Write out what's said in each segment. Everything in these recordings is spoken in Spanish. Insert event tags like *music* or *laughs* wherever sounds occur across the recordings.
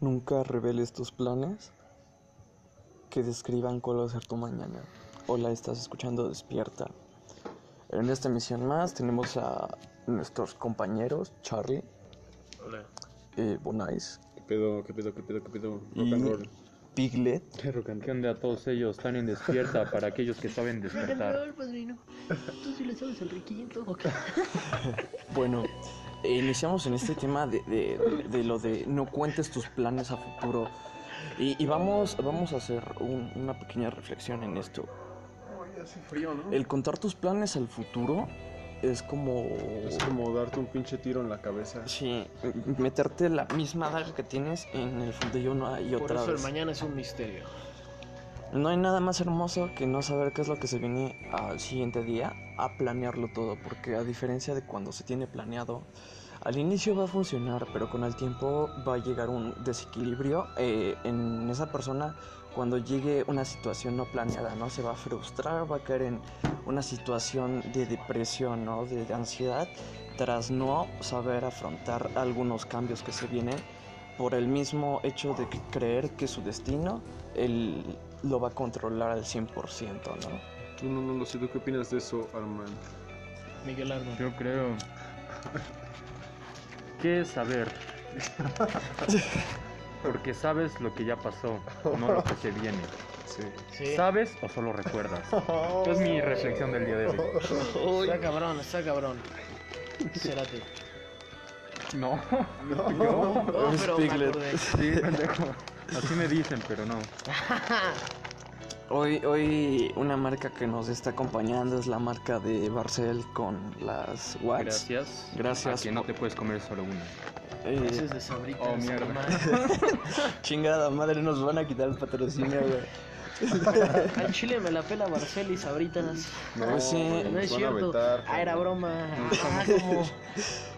Nunca reveles tus planes que describan cuál va a ser tu mañana. Hola, estás escuchando Despierta. En esta emisión más tenemos a nuestros compañeros Charlie, Hola. eh, Bonais ¿Qué pedo? ¿Qué pedo? ¿Qué pedo? ¿Qué pedo? y Rock and roll. Piglet. Rock and ¿Qué onda a todos ellos? Están en despierta para aquellos que saben Rock and despertar. roll, padrino. Tú sí lo sabes, Enriquito. Ok. Bueno, eh, iniciamos en este tema de, de- de- de lo de no cuentes tus planes a futuro. Y, y vamos, vamos a hacer un- una pequeña reflexión en esto. hace frío, ¿no? El contar tus planes al futuro es como... Es como darte un pinche tiro en la cabeza. Sí, m- meterte la misma daga que tienes en el fundillo una y Por otra eso el vez. mañana es un misterio. No hay nada más hermoso que no saber qué es lo que se viene al siguiente día a planearlo todo, porque a diferencia de cuando se tiene planeado, al inicio va a funcionar, pero con el tiempo va a llegar un desequilibrio eh, en esa persona cuando llegue una situación no planeada, ¿no? Se va a frustrar, va a caer en una situación de depresión, ¿no? De, de ansiedad, tras no saber afrontar algunos cambios que se vienen por el mismo hecho de que creer que su destino él lo va a controlar al 100%, ¿no? Tú no, no lo sé. ¿Tú qué opinas de eso, Armand? Miguel Arnold. Yo creo. ¿Qué es saber? Porque sabes lo que ya pasó, no lo que se viene. Sí. Sí. ¿Sabes o solo recuerdas? Esta es *laughs* mi reflexión del día de hoy. *laughs* Está cabrón, está cabrón. *laughs* Cérate. No, yo. No, Es Oh, pero me Piglet. acordé. Sí, pendejo. Así me dicen, pero no. Hoy, hoy una marca que nos está acompañando es la marca de Barcel con las Wax. Gracias. Gracias A que no te puedes comer solo una. Eh, Ese es de Sabritas. Oh, mierda. no mames. chingada madre, nos van a quitar el patrocinio, güey. *laughs* Al chile me la pela Barcel y Sabritas. Pues sí, güey, No nos es van a cierto. vetar, Ah, era cabrón. broma. Ah,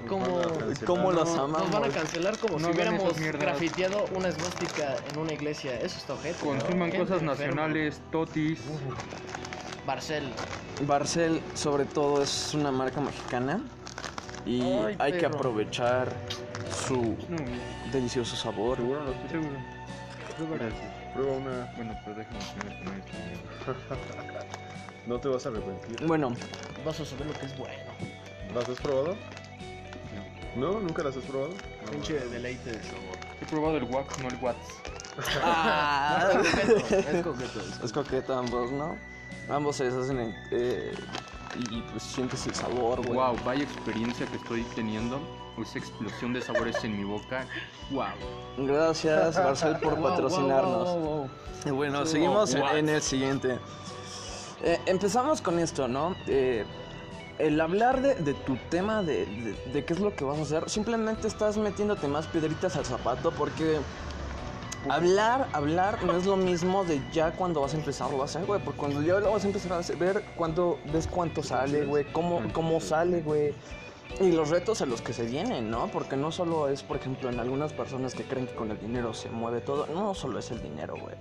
como. Nos como- van a cancelar. como los No, Nos van a amamos. cancelar como No si hagan hubiéramos esas mierdas. grafiteado una esvástica en una iglesia. Eso está objeto. Consuman cosas nacionales, totis. Barcel. Barcel, sobre todo, es una marca mexicana y Ay, hay que perro. aprovechar su No, delicioso sabor. Seguro no estoy seguro. Gracias. Prueba una. Bueno, pero déjame primero comer esto, mira. *laughs* No te vas a arrepentir. Bueno, Vas a saber lo que es bueno. ¿Las has probado? No. ¿No? ¿Nunca las has probado? No, Pinche deleite de sabor. He probado el wax, no el watts. ah, Es coqueto. *laughs* es coqueta ambos, ¿no? Ambos se deshacen en- eh, y pues sientes el sabor, güey. Wow, vaya experiencia que estoy teniendo. Esa explosión de sabores en mi boca. Wow. Gracias, Marcel, por patrocinarnos. Y *laughs* Bueno, seguimos en- What? en el siguiente. Eh, empezamos con esto, ¿no? Eh, el hablar de, de tu tema, de, de- de qué es lo que vas a hacer, simplemente estás metiéndote más piedritas al zapato porque hablar, hablar no es lo mismo de ya cuando vas a empezar lo vas a hacer, güey. Porque cuando ya lo vas a empezar a hacer, ver cuándo, ves cuánto sale, güey, cómo, cómo sale, güey. Y los retos a los que se vienen, ¿no? Porque no solo es, por ejemplo, en algunas personas que creen que con el dinero se mueve todo, no solo es el dinero, güey.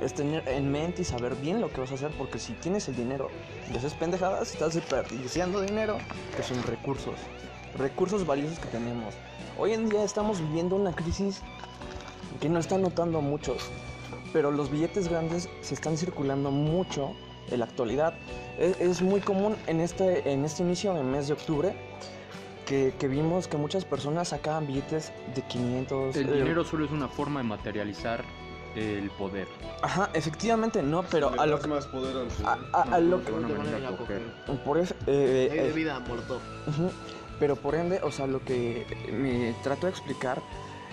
Es tener en mente y saber bien lo que vas a hacer, porque si tienes el dinero y haces pendejadas, estás desperdiciando dinero, que son recursos. Recursos valiosos que tenemos. Hoy en día estamos viviendo una crisis que no están notando muchos, pero los billetes grandes se están circulando mucho en la actualidad. Es, es muy común en este, en este inicio del mes de octubre que, que vimos que muchas personas sacaban billetes de 500. El eh, dinero solo es una forma de materializar el poder. Ajá, efectivamente, no, pero Le a lo das que... más poder al A, poder. a- a lo ¿eh? Te que... Bueno, van me a venir la a coger. coger. Por eso... eh, Ley de eh, vida, Molotov. Ujú. Pero por ende, o sea, lo que me trato de explicar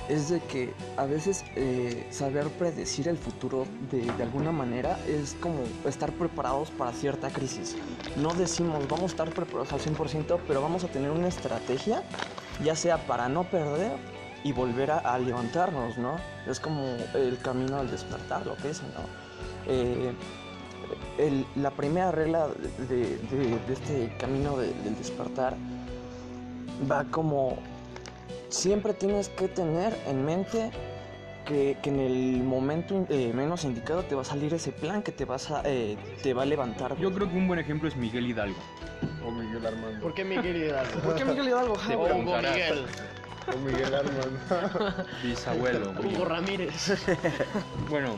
es de que a veces eh, saber predecir el futuro de, de alguna manera es como estar preparados para cierta crisis. No decimos vamos a estar preparados al 100%, pero vamos a tener una estrategia, ya sea para no perder y volver a, a levantarnos, ¿no? Es como el camino al despertar, lo que es, ¿no? Eh, el- la primera regla de, de- de este camino de- del despertar va como siempre tienes que tener en mente que, que en el momento in- eh, menos indicado te va a salir ese plan que te vas a eh, te va a levantar. Yo creo que un buen ejemplo es Miguel Hidalgo. O Miguel Armando. ¿Por qué Miguel Hidalgo? *laughs* ¿Por qué Miguel Hidalgo? güey? Te Hugo preguntarás. Miguel. O Miguel Arman. Bisabuelo. Hugo mío. Ramírez. Bueno,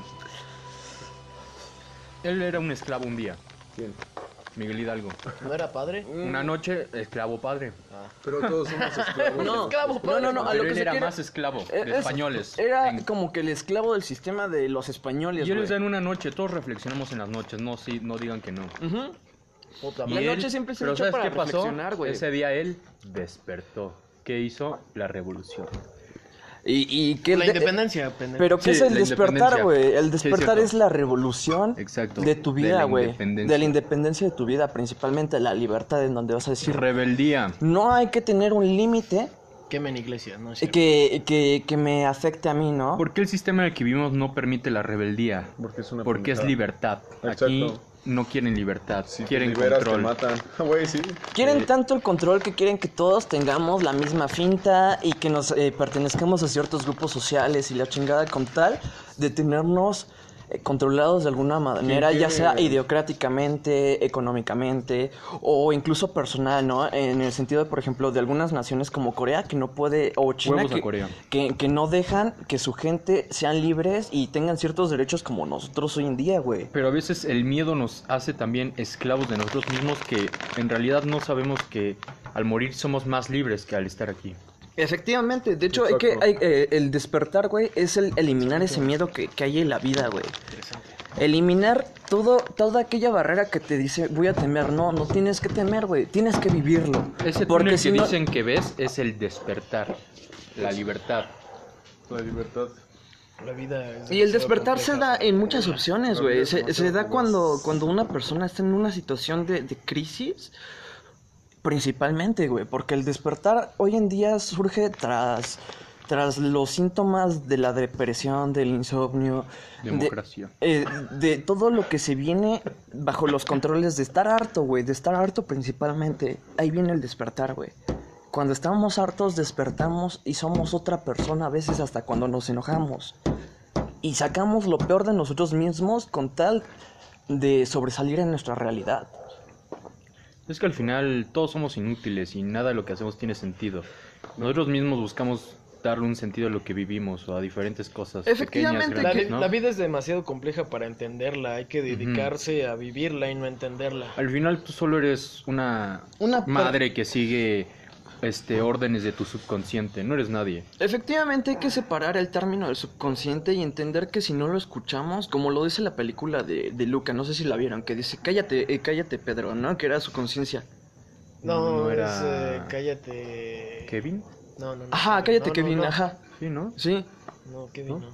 él era un esclavo un día, ¿Quién? Miguel Hidalgo. *laughs* ¿No era padre? Mm. Una noche, esclavo padre. Pero *laughs* todos somos esclavos. No, esclavo, no, padre. no, no, a Ah, lo Pero que él se era quiere- más esclavo Eh, de es- españoles. Era En- como que el esclavo del sistema de los españoles, Y él está güey. en una noche, todos reflexionamos en las noches, no sí, no digan que no. Ujú. Puta Y La madre. él- noche siempre se pero echa ¿sabes para qué pasó? reflexionar, güey. Ese día él despertó. ¿Qué hizo? La revolución. Y, y que La de- independencia, pendejo. Pero ¿qué Sí, es el la despertar, independencia. güey? Sí, El es despertar cierto. es la revolución Exacto. de tu De vida, la güey. independencia. De la independencia de tu vida, principalmente la libertad en donde vas a decir, Rebeldía. no hay que tener un límite Quemen iglesias, no es cierto. que, que, que me afecte a mí, ¿no? ¿Por qué el sistema en el que vivimos no permite la rebeldía? Porque es una Porque es pendejada. libertad. Exacto. Aquí no quieren libertad, Si quieren te liberas, control. te matan. *laughs* Güey, sí. Quieren Eh, tanto el control que quieren que todos tengamos la misma finta y que nos eh, pertenezcamos a ciertos grupos sociales y la chingada con tal de tenernos eh, controlados de alguna manera, ya quiere- sea ideocráticamente, económicamente o incluso personal, ¿no? En el sentido, por ejemplo, de algunas naciones como Corea que no puede, o China Huevos a que, Corea. que, que no dejan que su gente sean libres y tengan ciertos derechos como nosotros hoy en día, güey. Pero a veces el miedo nos hace también esclavos de nosotros mismos que en realidad no sabemos que al morir somos más libres que al estar aquí. Efectivamente, de hecho, hay que, Exacto. hay, eh, el despertar, güey, es el eliminar ese miedo que, que hay en la vida, güey. Interesante. Eliminar todo, toda aquella barrera que te dice, voy a temer. No, no tienes que temer, güey, tienes que vivirlo. Ese túnel Porque que si no- dicen que ves es el despertar, la libertad. La libertad. La vida es Y el demasiado despertar se da compleja. en muchas opciones, No güey. olvides Se, tomarte se un da jugo. cuando, cuando una persona está en una situación de, de crisis, principalmente, güey. Porque el despertar hoy en día surge tras, tras los síntomas de la depresión, del insomnio, de, Democracia. eh, de todo lo que se viene bajo los controles de estar harto, güey, de estar harto principalmente. Ahí viene el despertar, güey. Cuando estamos hartos despertamos y somos otra persona a veces hasta cuando nos enojamos. Y sacamos lo peor de nosotros mismos con tal de sobresalir en nuestra realidad. Es que al final todos somos inútiles y nada de lo que hacemos tiene sentido. Nosotros mismos buscamos darle un sentido a lo que vivimos o a diferentes cosas. Efectivamente, pequeñas, La, grandes, vi- ¿no? la vida es demasiado compleja para entenderla, hay que dedicarse a vivirla y no entenderla. Al final tú solo eres una, Una per- madre que sigue este órdenes de tu subconsciente, no eres nadie. Efectivamente hay que separar el término del subconsciente y entender que si no lo escuchamos, como lo dice la película de, de Luca, no sé si la vieron, que dice, cállate, eh, cállate Pedro, ¿no? Que era su conciencia. No, No era- es eh, cállate. ¿Kevin? No, no, no. Ajá, Kevin, cállate no, no, Kevin, no. ajá. Sí, ¿no? Sí. No, Kevin, ¿No? ¿No?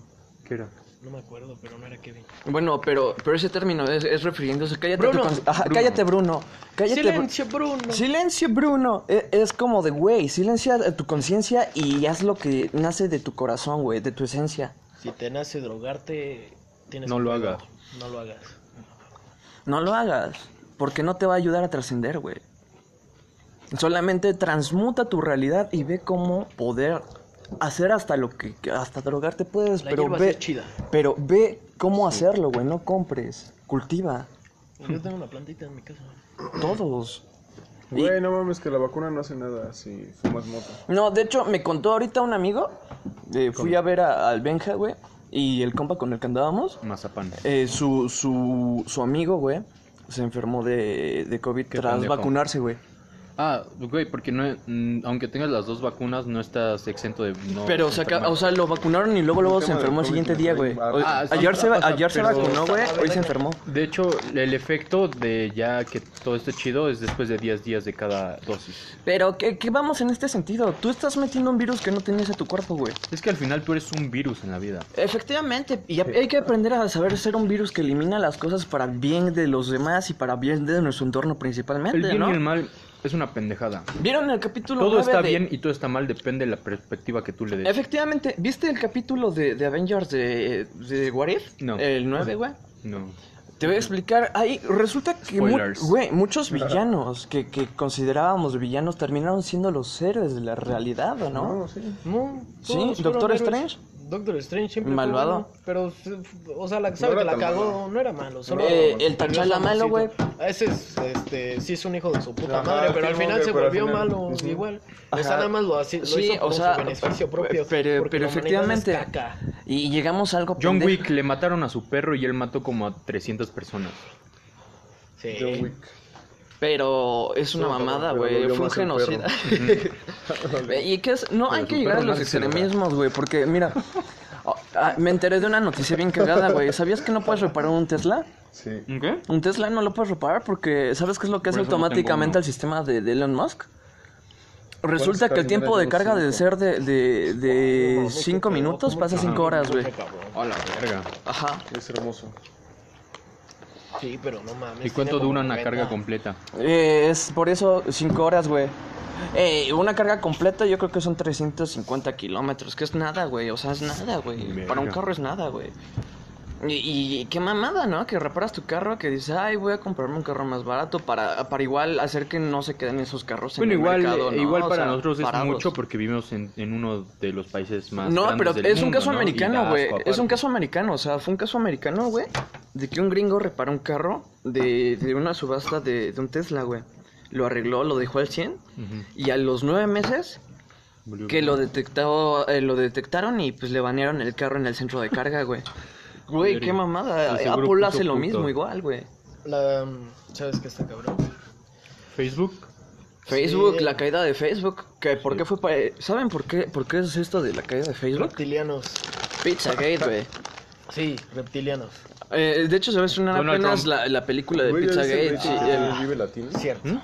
¿Qué era? no. me acuerdo, pero no era Kevin. Bueno, pero, pero ese término es, es refiriéndose, cállate tu Bruno. con- Ajá, Bruno. cállate Bruno. Cállate Bru- Silencio, Bruno. Silencio, Bruno. E- Es, como de, güey, silencia a tu conciencia y haz lo que nace de tu corazón, güey, de tu esencia. Si te nace drogarte, tienes No un lo problema. hagas. No lo hagas. No lo hagas, porque no te va a ayudar a trascender, güey. Solamente transmuta tu realidad y ve cómo poder hacer hasta lo que que hasta drogarte puedes, La Pues, pero hierba sí ve, es chida. pero ve cómo hacerlo, güey, no compres, cultiva Yo tengo una plantita en mi casa. todos. Y- Güey, no mames, que la vacuna no hace nada si fumas moto. No, de hecho, me contó ahorita un amigo. eh, fui a ver a- al Benja, güey. Y el compa con el que andábamos. Mazapán. eh, su, su, su amigo, güey. Se enfermó de, de COVID Qué tras pendejo. vacunarse, güey. Ah, güey, porque no, mm, aunque tengas las dos vacunas, no estás exento de. no Pero, o sea, ca- enfermar. o sea, lo vacunaron y luego, luego El se tema enfermó el del siguiente COVID día, me güey. trae Hoy- Ah, sí, ayer se, o sea, ayer se pero- vacunó, güey. Hoy se enfermó. De hecho, el efecto de ya que todo esto chido es después de 10 días de cada dosis. Pero, ¿qué, qué vamos en este sentido? Tú estás metiendo un virus que no tenías a tu cuerpo, güey. Es que al final tú eres un virus en la vida. Efectivamente, y ap- hay que aprender a saber ser un virus que elimina las cosas para bien de los demás y para bien de nuestro entorno principalmente, El bien ¿no? y el mal es una pendejada. ¿Vieron el capítulo Todo 9 está de- bien y todo está mal, depende de la perspectiva que tú le des. Efectivamente, ¿viste el capítulo de, de Avengers de, de What If? No. El 9, güey. No. Te voy a explicar. Ahí resulta que mu- Spoilers. güey, muchos villanos que, que considerábamos villanos terminaron siendo los héroes de la realidad, ¿o no? sí. No, Sí, Doctor Strange. Doctor Strange siempre fue Malvado. bueno, pero, se- o sea, la, sabe era que la tan cagó, malo. no era malo. Solo Eh, tenía el Tachala su malo, güey. toquecito. Ah, Ese es, este, sí es un hijo de su puta Ajá, madre, pero sí, al final güey, se pero al volvió final- malo, Ujú. igual. O Ajá. sea, nada más lo, así, lo Sí, hizo o por sea, su beneficio propio. pero- porque pero la humanidad es efectivamente. caca. Y llegamos a algo John pendejo. Wick le mataron a su perro y él mató como a 300 personas. Eh. Sí. John Wick. Pero es una No, mamada, pero güey. dolió Fue un más el perro. genocida. *laughs* y que es, no Pero hay su que llegar a perro los nadie se lo da. extremismos, güey, porque mira, oh, ah, me enteré de una noticia bien cagada, güey. ¿Sabías que no puedes reparar un Tesla? Sí. ¿Qué? Un Tesla no lo puedes reparar porque ¿sabes qué es lo que hace Por eso no tengo automáticamente uno. al sistema de, de Elon Musk? Resulta está que el tiempo de haciendo carga de cinco? ser de, de, No, de no, 5 no, minutos ¿cómo pasa que 5 no? horas, güey. Cabrón. A la verga. Ajá. Es hermoso. Sí, pero no mames. ¿Y cuánto tiene dura como una carga 90. completa? Eh, es por eso 5 horas, güey. Eh, una carga completa yo creo que son 350 kilómetros, que es nada, güey. O sea, es nada, güey. Verga. Para un carro es nada, güey. Y, y qué mamada, ¿no? Que reparas tu carro, que dices, ay, voy a comprarme un carro más barato para, para igual hacer que no se queden esos carros Bueno, en el igual, mercado, eh, ¿no? igual O para sea, nosotros es parados. mucho porque vivimos en, en uno de los países más No, grandes pero del es un mundo, caso ¿no? Y americano, da güey. asco Es un aparte. caso americano, o sea, fue un caso americano, güey. De que un gringo reparó un carro de, de una subasta de, de un Tesla, güey. Lo arregló, lo dejó al 100. Ujú. Y a los nueve meses Volvió que bien. lo detectó, eh, lo detectaron y pues le banearon el carro en el centro de carga, *laughs* güey. Güey, Verga. qué mamada. Y eh, seguro Apple puso hace lo puto. mismo igual, güey. La, ¿Sabes qué está cabrón? Facebook. Facebook, Sí. la caída de Facebook, que por Sí. qué fue pa- eh, ¿saben por qué por qué es esto de la caída de Facebook? Reptilianos. Pizzagate, güey. Sí, reptilianos. Eh, de hecho se va a estrenar Donald apenas Trump. la, la película de Güey, ¿ya viste Pizzagate. el sí, güey que el- tiene Vive Latino? Cierto. ¿Mm?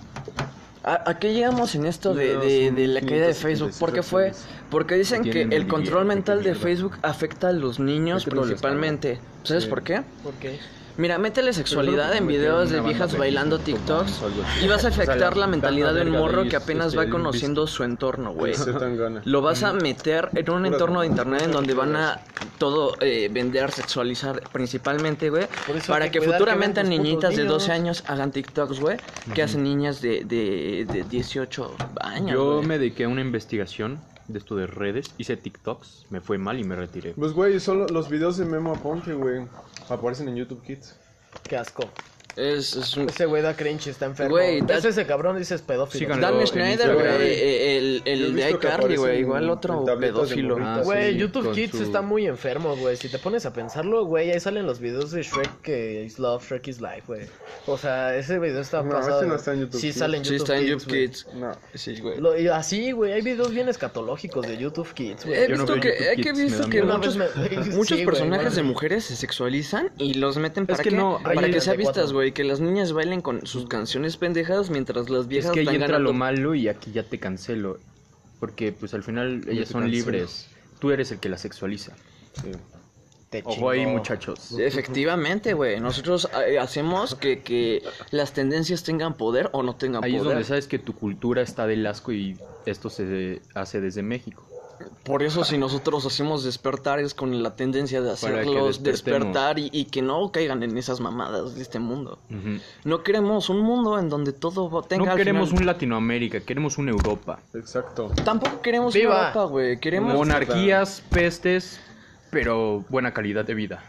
¿A, a qué llegamos en esto de, No, de- son de la caída de 576 Facebook? Porque fue, acciones. porque dicen que Tienen el el control dinero, mental qué de mierda. Facebook afecta a los niños Es que no les principalmente. ¿Sabes Sí. por qué? ¿Por qué? Mira, métele sexualidad Pero creo en que videos de metieron una viejas banda bailando feliz, TikToks o algo así. y vas a O sea, la afectar la ventana mentalidad de un verga de morro ahí que es, apenas este, va el conociendo su entorno, güey. Se tan gana. Lo vas a meter en un Puras entorno de internet en mamadas. donde van a todo eh, vender, sexualizar principalmente, güey. Por eso hay Para que que cuidar que futuramente vean tus niñitas putos de 12 niños. años hagan TikToks, güey. Que hacen niñas de, de, de 18 años. Yo güey. me dediqué a una investigación de esto de redes, hice TikToks, me fue mal y me retiré. Pues, güey, son lo- los videos de Memo Aponte, güey. Aparecen en YouTube Kids. Qué asco. Es, es un... Ese güey da cringe, está enfermo. Güey, Ese- das- ese cabrón dices pedófilo. Síganlo. Dan en Schneider, Instagram, güey. güey. eh, El, Yo he el de visto que iCarly, güey. aparecen Igual otro en tabletas de pedófilo. morritos. Ah, Güey, sí, YouTube con Kids su- está muy enfermo, güey. Si te pones a pensarlo, güey, ahí salen los videos de Shrek que is love, Shrek is life, güey. O sea, ese video está No, pasado. ese no güey. está en YouTube Sí Kids. sale en Sí, YouTube está en Kids, YouTube güey. Kids. No. Sí, güey. Lo- y así, güey, hay videos bien escatológicos de YouTube Kids, güey. He Yo no visto veo que, YouTube he que Kids, me visto da que miedo. Eh, pues muchos, *laughs* muchos personajes de mujeres se sexualizan y los meten para que que, no, para ahí- que sea vistas, 34. güey, que las niñas bailen con sus canciones pendejadas mientras las Mm. Es viejas que ahí están entra lo ganando- malo y aquí ya te cancelo, porque pues al final ellas te son cancelo. libres, tú eres el que las sexualiza. Sí. Ojo ahí muchachos. Efectivamente, güey, nosotros eh, hacemos que, que las tendencias tengan poder o no tengan Ahí es poder. donde sabes que tu cultura está del asco y esto se hace desde México. Por eso si nosotros hacemos despertar es con la tendencia de Para que hacerlos despertemos. despertar y, y que no caigan en esas mamadas de este mundo. Ujú. No queremos un mundo en donde todo tenga No al queremos final- un Latinoamérica, queremos una Europa. Exacto. Tampoco queremos Viva. una Europa, güey. Queremos Monarquías, pestes, pero buena calidad de vida.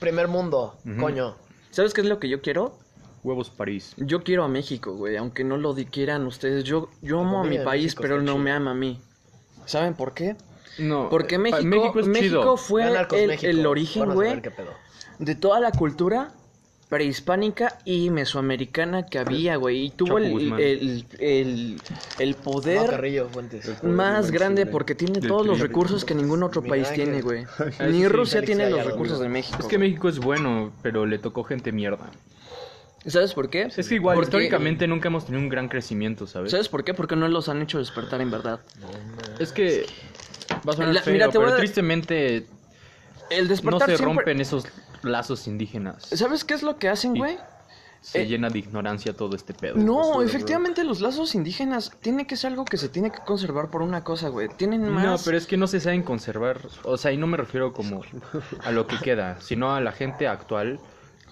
Primer mundo, Ujú. coño. ¿Sabes qué es lo que yo quiero? Huevos París. Yo quiero a México, güey, aunque no lo di- quieran ustedes. Yo, yo La amo a comida mi de país, México pero está no chida. me ama a mí. ¿Saben por qué? No, Porque eh, México, México, México es chido. fue Vean Narcos el, México. el origen, Van a güey, saber qué pedo. de toda la cultura prehispánica y mesoamericana que había, güey. Y tuvo Chapo el, Guzmán. el, el, el No, poder Carrillo Fuentes. más Del grande Chile. porque tiene Del todos los Chile. recursos que ningún otro Mira, país que- tiene, güey. Eso Ni sí, Rusia Félix tiene los Gallardo. recursos de México. Es que güey. México es bueno, pero le tocó gente mierda. ¿Sabes por qué? Es que igual, Porque- históricamente nunca hemos tenido un gran crecimiento, ¿sabes? ¿Sabes por qué? Porque no los han hecho despertar en verdad. Es que va a sonar La- feo, mira, te voy pero a- tristemente El no despertar se siempre- rompen esos lazos indígenas. ¿Sabes qué es lo que hacen, Y- güey? Se eh, llena de ignorancia todo este pedo. No, efectivamente los lazos indígenas tiene que ser algo que se tiene que conservar por una cosa, güey. Tienen más... No, pero es que no se saben conservar, o sea, y no me refiero como a lo que queda, sino a la gente actual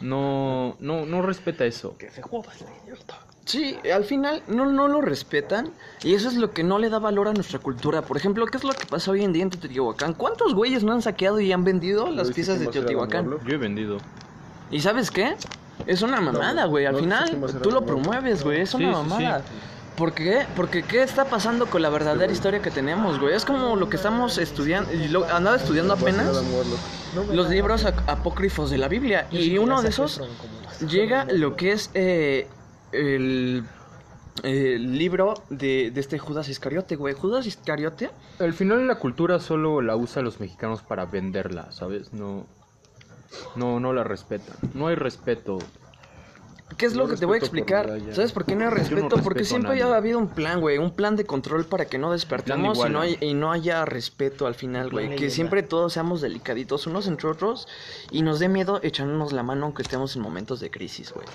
no, no, no respeta eso. Que se juega este idiota. Sí, al final no, no lo respetan y eso es lo que no le da valor a nuestra cultura. Por ejemplo, ¿qué es lo que pasa hoy en día en Teotihuacán? ¿Cuántos güeyes no han saqueado y han vendido las dijiste piezas de más era Teotihuacán? Don Yo he vendido. ¿Y sabes qué? Es una mamada, güey. Al no dijiste más final era tú lo Don Pablo. promueves, güey. Es Sí, una sí, sí. mamada. ¿Por qué? Porque ¿qué está pasando con la verdadera historia que tenemos, güey? Es como lo que estamos estudiando, y lo- andaba estudiando Más era apenas Adam Warlock. los libros ac- apócrifos de la Biblia y uno de esos llega lo que es eh, el, el libro de, de este Judas Iscariote, güey. Judas Iscariote, Al final la cultura solo la usan los mexicanos para venderla, ¿sabes? No, no, no la respetan. No hay respeto. ¿qué es No lo que te voy a respeto por explicar? medalla. ¿Sabes por qué no hay respeto? Porque respeto a siempre nadie. ha habido un plan, güey. Un plan de control para que no despertemos y igual, no, ¿no? hay- y no haya respeto al final, güey. Que igual. siempre todos seamos delicaditos unos entre otros y nos dé miedo echándonos la mano aunque estemos en momentos de crisis, güey.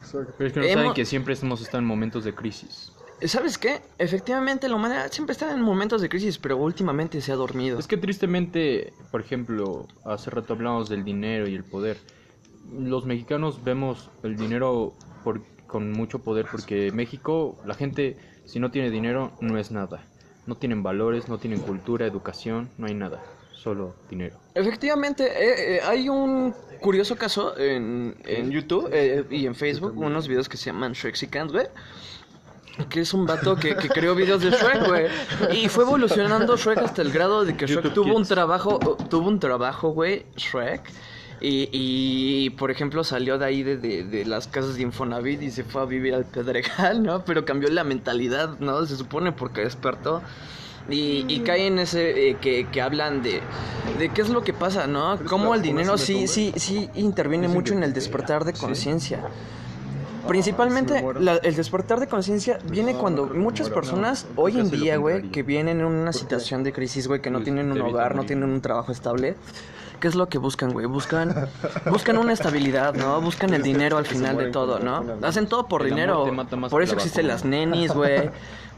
Exacto. Pero es que no Hemos- saben que siempre hemos estado en momentos de crisis. ¿Sabes qué? Efectivamente, la humanidad siempre está en momentos de crisis, pero últimamente se ha dormido. Es que tristemente, por ejemplo, hace rato hablamos del dinero y el poder. Los mexicanos vemos el dinero por- con mucho poder porque México, la gente, si no tiene dinero, no es nada. No tienen valores, no tienen cultura, educación, no hay nada. Solo dinero. Efectivamente, eh, eh, hay un curioso caso en, en YouTube eh, y en Facebook, unos videos que se llaman Shrexicans, güey. Que es un vato que, que creó videos de Shrek, güey. Y fue evolucionando Shrek hasta el grado de que Shrek YouTube tuvo un Kids. trabajo, tuvo un trabajo, güey, Shrek. Y, y, por ejemplo, salió de ahí de, de- de las casas de Infonavit y se fue a vivir al Pedregal, ¿no? Pero cambió la mentalidad, ¿no? Se supone porque despertó. Y, y cae en ese eh, que, que hablan de, de qué es lo que pasa, ¿no? Cómo el dinero sí, sí, sí interviene mucho en el despertar de conciencia. Principalmente la- el despertar de conciencia viene cuando muchas personas hoy en hace lo día, güey, contrario. que vienen en una situación de crisis, güey, que no Pues, tienen un te evita hogar, no morir. tienen un trabajo estable. ¿Qué es lo que buscan, güey? Buscan buscan una estabilidad, ¿no? Buscan el dinero al Que se final de mueren todo, con la ¿no? vacuna, ¿no? Hacen todo por El amor dinero. te mata más Por que eso la existen vacuna. las nenis, güey.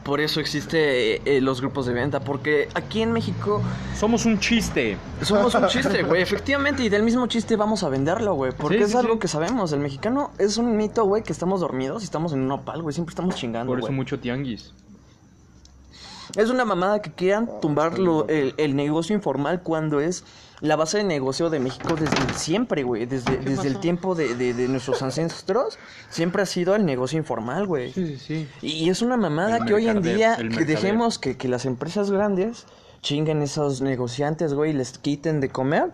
Por eso existe eh, los grupos de venta, porque aquí en México Somos un chiste. somos un chiste, güey, efectivamente, y del mismo chiste vamos a venderlo, güey, porque Sí, es sí, algo sí. que sabemos, el mexicano es un mito, güey, que estamos dormidos y estamos en un opal, güey, siempre estamos chingando, Por eso güey. mucho tianguis. Es una mamada que quieran tumbar lo- el, el negocio informal cuando es la base de negocio de México desde siempre, güey, desde, desde el tiempo de, de- de nuestros ancestros, siempre ha sido el negocio informal, güey. sí, sí. Y es una mamada El que hoy en mercader, día el que mercader. dejemos que, que las empresas grandes chinguen esos negociantes, güey, y les quiten de comer